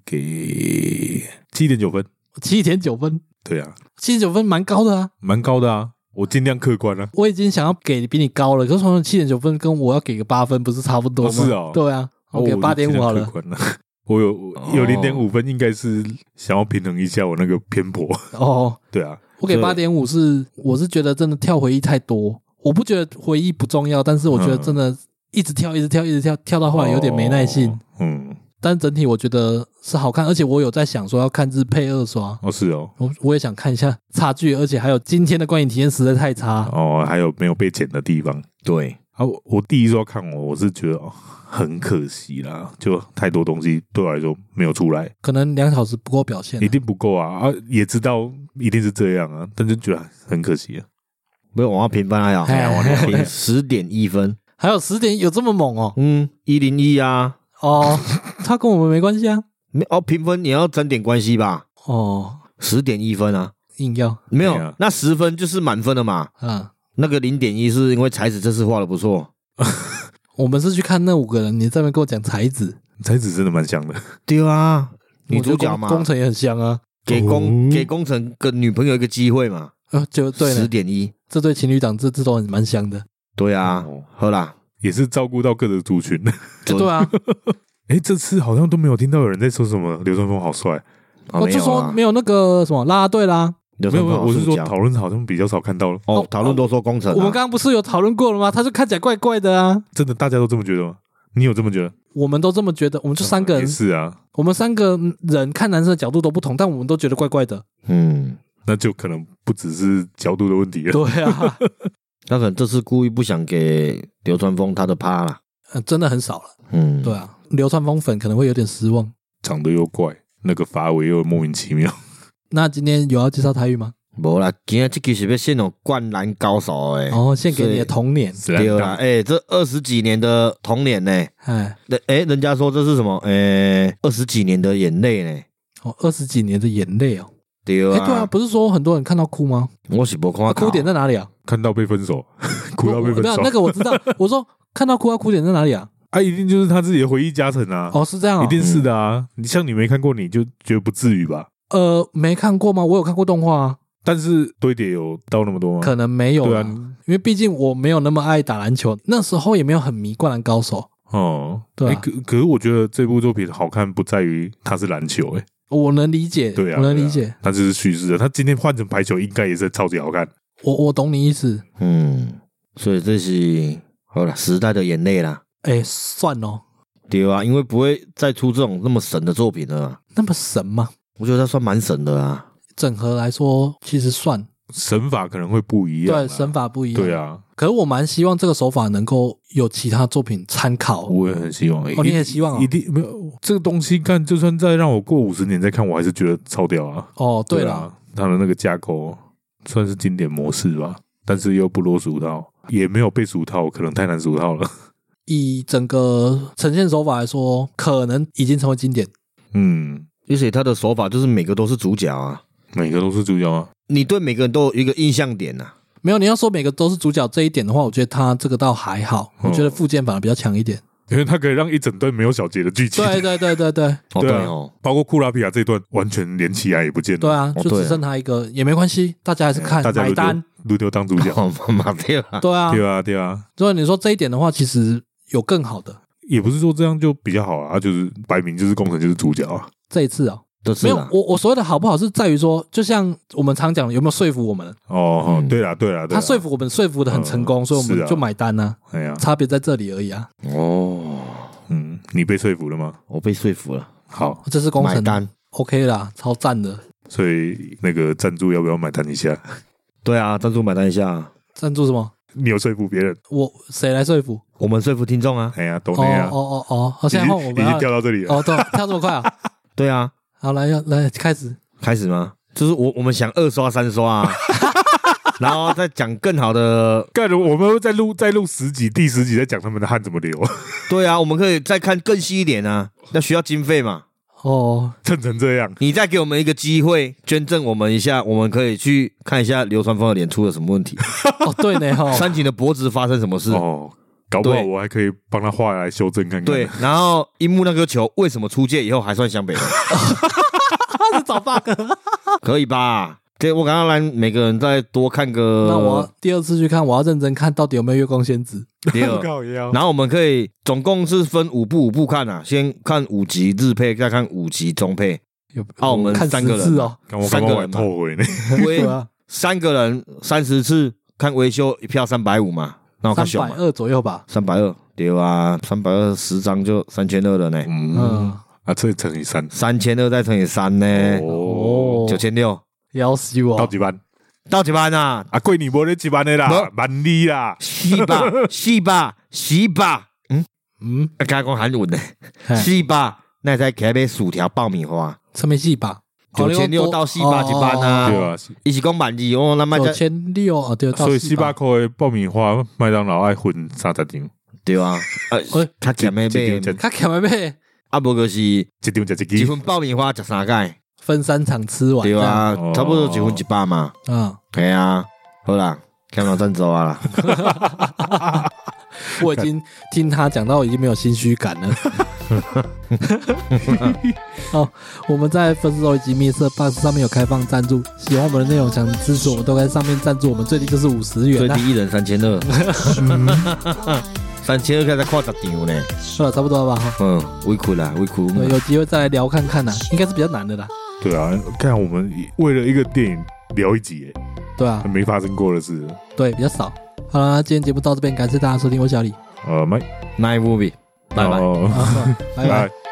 给七点九分，七点九分，对啊，七点九分蛮高的啊，蛮高的啊，我尽量客观啊。我已经想要给比你高了，可是从七点九分跟我要给个八分不是差不多吗？哦是哦对啊，哦我给八点五好。我就尽量客了。观了 我有我有哦零点五分，应该是想要平衡一下我那个偏颇。 哦，对啊，我给对八点五是，我是觉得真的跳回忆太多，我不觉得回忆不重要，但是我觉得真的一直跳，一直跳，一直跳，跳到后来有点没耐性。哦。嗯，但整体我觉得是好看，而且我有在想说要看日配二刷，哦是哦，我我也想看一下差距，而且还有今天的观影体验实在太差。哦还有没有被剪的地方对，啊？我我第一周看我，我是觉得哦很可惜啦，就太多东西对我来说没有出来，可能两小时不够表现一，定不够啊啊！也知道一定是这样啊，但就觉得很可惜啊。不要往下评分啊呀，哎哎呀往下评 十点一分，还有十点有这么猛哦？嗯，一零一啊， 哦，它跟我们没关系啊。没哦，评分也要沾点关系吧，哦，十点一分啊，硬要没对有啊，那十分就是满分了嘛，啊！那个零点一是因为才子这次画的不错，我们是去看那五个人，你在那边跟我讲才子，才子真的蛮像的，对啊，女我觉得主角工嘛，工程也很香啊。给工哦给工程跟女朋友一个机会嘛，呃，就对十了，点一，这对情侣档这这都很蛮香的。对啊哦，好啦，也是照顾到各个族群。就准对啊，哎，这次好像都没有听到有人在说什么流川枫好帅，哦我没就有说啊没，有那个什么啦啦队啦。没没有没有，我是说讨论好像比较少看到了。哦，讨论都说工程啊，我们刚刚不是有讨论过了吗？他就看起来怪怪的啊。真的大家都这么觉得吗？你有这么觉得？我们都这么觉得，我们就三个也人，是啊，我们三个人看男生的角度都不同，但我们都觉得怪怪 的。嗯，那就可能不只是角度的问题了。对啊，他可能这次故意不想给流川枫他的趴啦，呃真的很少了。嗯，对啊，流川枫粉可能会有点失望。长得又怪，那个发尾又莫名 其妙。那今天有要介绍台语吗？无啦，今天这期是要献给灌篮高手诶、哦，献给你的童年。对啦，诶、这二十几年的童年呢、哎，人诶、人家说这是什么？诶、二十几年的眼泪呢、哦，二十几年的眼泪哦。对哎，啊，对啊，不是说很多人看到哭吗？我是无看到哭点在哪里啊？ 看到被分手，哭到我被分没有手，那个我知 道，我说看到哭啊，哭点在哪里啊？啊，一定就是他自己的回忆加成啊，哦，是这样、哦，一定是的啊。你像你没看过，你就觉得不至于吧？呃没看过吗？我有看过动画啊，但是堆叠有到那么多吗？可能没有哦对啦，啊，因为毕竟我没有那么爱打篮球，那时候也没有很迷灌篮高手。哦，对啊诶可可是我觉得这部作品好看不在于它是篮球、欸，哎，我能理解，对啊，我能对啊理解，，它就是叙事的。它今天换成排球，应该也是超级好看。我我懂你意思。嗯，所以这是好了时代的眼泪啦，哎，算哦，对啊，因为不会再出这种那么神的作品了啊，那么神吗？我觉得他算蛮神的啊。整合来说，其实算神法可能会不一样啊，对神法不一样。对，啊，可是我蛮希望这个手法能够有其他作品参考。我也很希望。哦你也希望哦一定没有这个东西看，就算再让我过五十年再看，我还是觉得超屌啊！哦，对了，啊，它的那个架构算是经典模式吧，但是又不落俗套，也没有被俗套，可能太难俗套了。 以整个呈现手法来说，可能已经成为经典。嗯，而且他的手法就是每个都是主角啊，每个都是主角啊，你对每个人都有一个印象点呐、啊。没有，你要说每个都是主角这一点的话，我觉得他这个倒还好，嗯我觉得附件反而比较强一点。因为它可以让一整段没有小节的剧情，对对对对对哦，对啊哦，包括库拉皮亚这一段完全连起来也不见了。哎对啊，哦就对啊只剩他一个也没关系，大家还是看大家买轮单流。轮流当主 角，哦，妈妈对啊，对啊，对啊，对啊，所以你说这一点的话，其实有更好的。也不是说这样就比较好啊，就是摆明就是工程就是主角啊。这一次啊、都是没有啦，我我所谓的好不好是在于说，就像我们常讲的，有没有说服我们？哦，嗯对啦，对啦，对他啦说服我们，说服的很成功，嗯所以我是们啊就买单呢、哎呀啊，，差别在这里而已啊。哦，嗯，你被说服了吗？我被说服了，好，这是工买程单。 OK 啦，超赞的。所以那个赞助要不要买单一下？ 对啊，赞助买单一下，赞助什么？你有说服别人，我谁来说服？我们说服听众啊。哎呀，懂哦那样，哦哦哦，好，已现经在换我已们经要掉到这里了。哦，对，跳这么快 啊！对啊，好，来要来开始，开始吗？就是我我们想二刷三刷啊，然后再讲更好的。干了，我们再录再录十集，第十集再讲他们的汗怎么 流，对啊，我们可以再看更细一点啊，那需要经费嘛。哦，蹭成这样，你再给我们一个机会，捐赠我们一下，我们可以去看一下流川枫的脸出了什么问题，哦，对呢，哦，山井的脖子发生什么事。哦，搞不好对我还可以帮他画来修正看看。对，然后樱木那颗球为什么出界以后还算湘 北人？ 他是找 bug，可以吧？对，我刚刚来每个人再多看个。那我要第二次去看，我要认真看到底有没有月光仙子。第二 靠腰然后我们可以总共是分五部五部看啊，先看五集日配，再看五集中配。有啊我们看三个十次人哦，干我三刚个刚我还人嘛后悔呢， 对微啊，三个人三十次看维修一票三百五嘛，那我看三熊百嘛，二左右吧。三百二对啊，三百二十张就三千二了呢，嗯嗯， 哎啊，这乘以三，三千二再乘以三呢，哦，九千六，要死我到！几班到几班啊？啊？贵你无得几班的啦，没蛮低啦，四吧，四吧，四吧，嗯，嗯，啊刚才讲韩文呢，嘿四吧，那再给他买薯条爆米花，上面哦戏吧，九千六到四百一班啊对啊。一起讲满级哦，那么哦九再千六啊，对，到所以四星巴百。克的爆米花、麦当劳爱混三十张，对啊，呃哎，他前面一买张他看完没？啊，无就是一张食一一支，份爆米花食三盖，分三场吃完，对啊哦，差不多一份一百嘛。这样，系啊，好啦，看到赞助啊啦，嗯， 我已经听他讲到已经没有心虚感 了。好，我们在粉丝手以及密室 box 上面有开放赞助，喜欢我们的内容想支持我们，都在上面赞助，我们最低就是五十元啊最啦。低一人三千二，三千二开始跨十场呢，算了，差不多了吧？哈，嗯，委屈啦，委屈。对有机会再来聊看看呐，应该是比较难的啦，对啊，看我们为了一个电影聊一集，对啊嗯哎，没发生过的事，对，比较少。好啦，今天 节目到这边，感谢大家收听，我是小李，呃，麦， Night movie，拜拜。哦好拜拜拜。。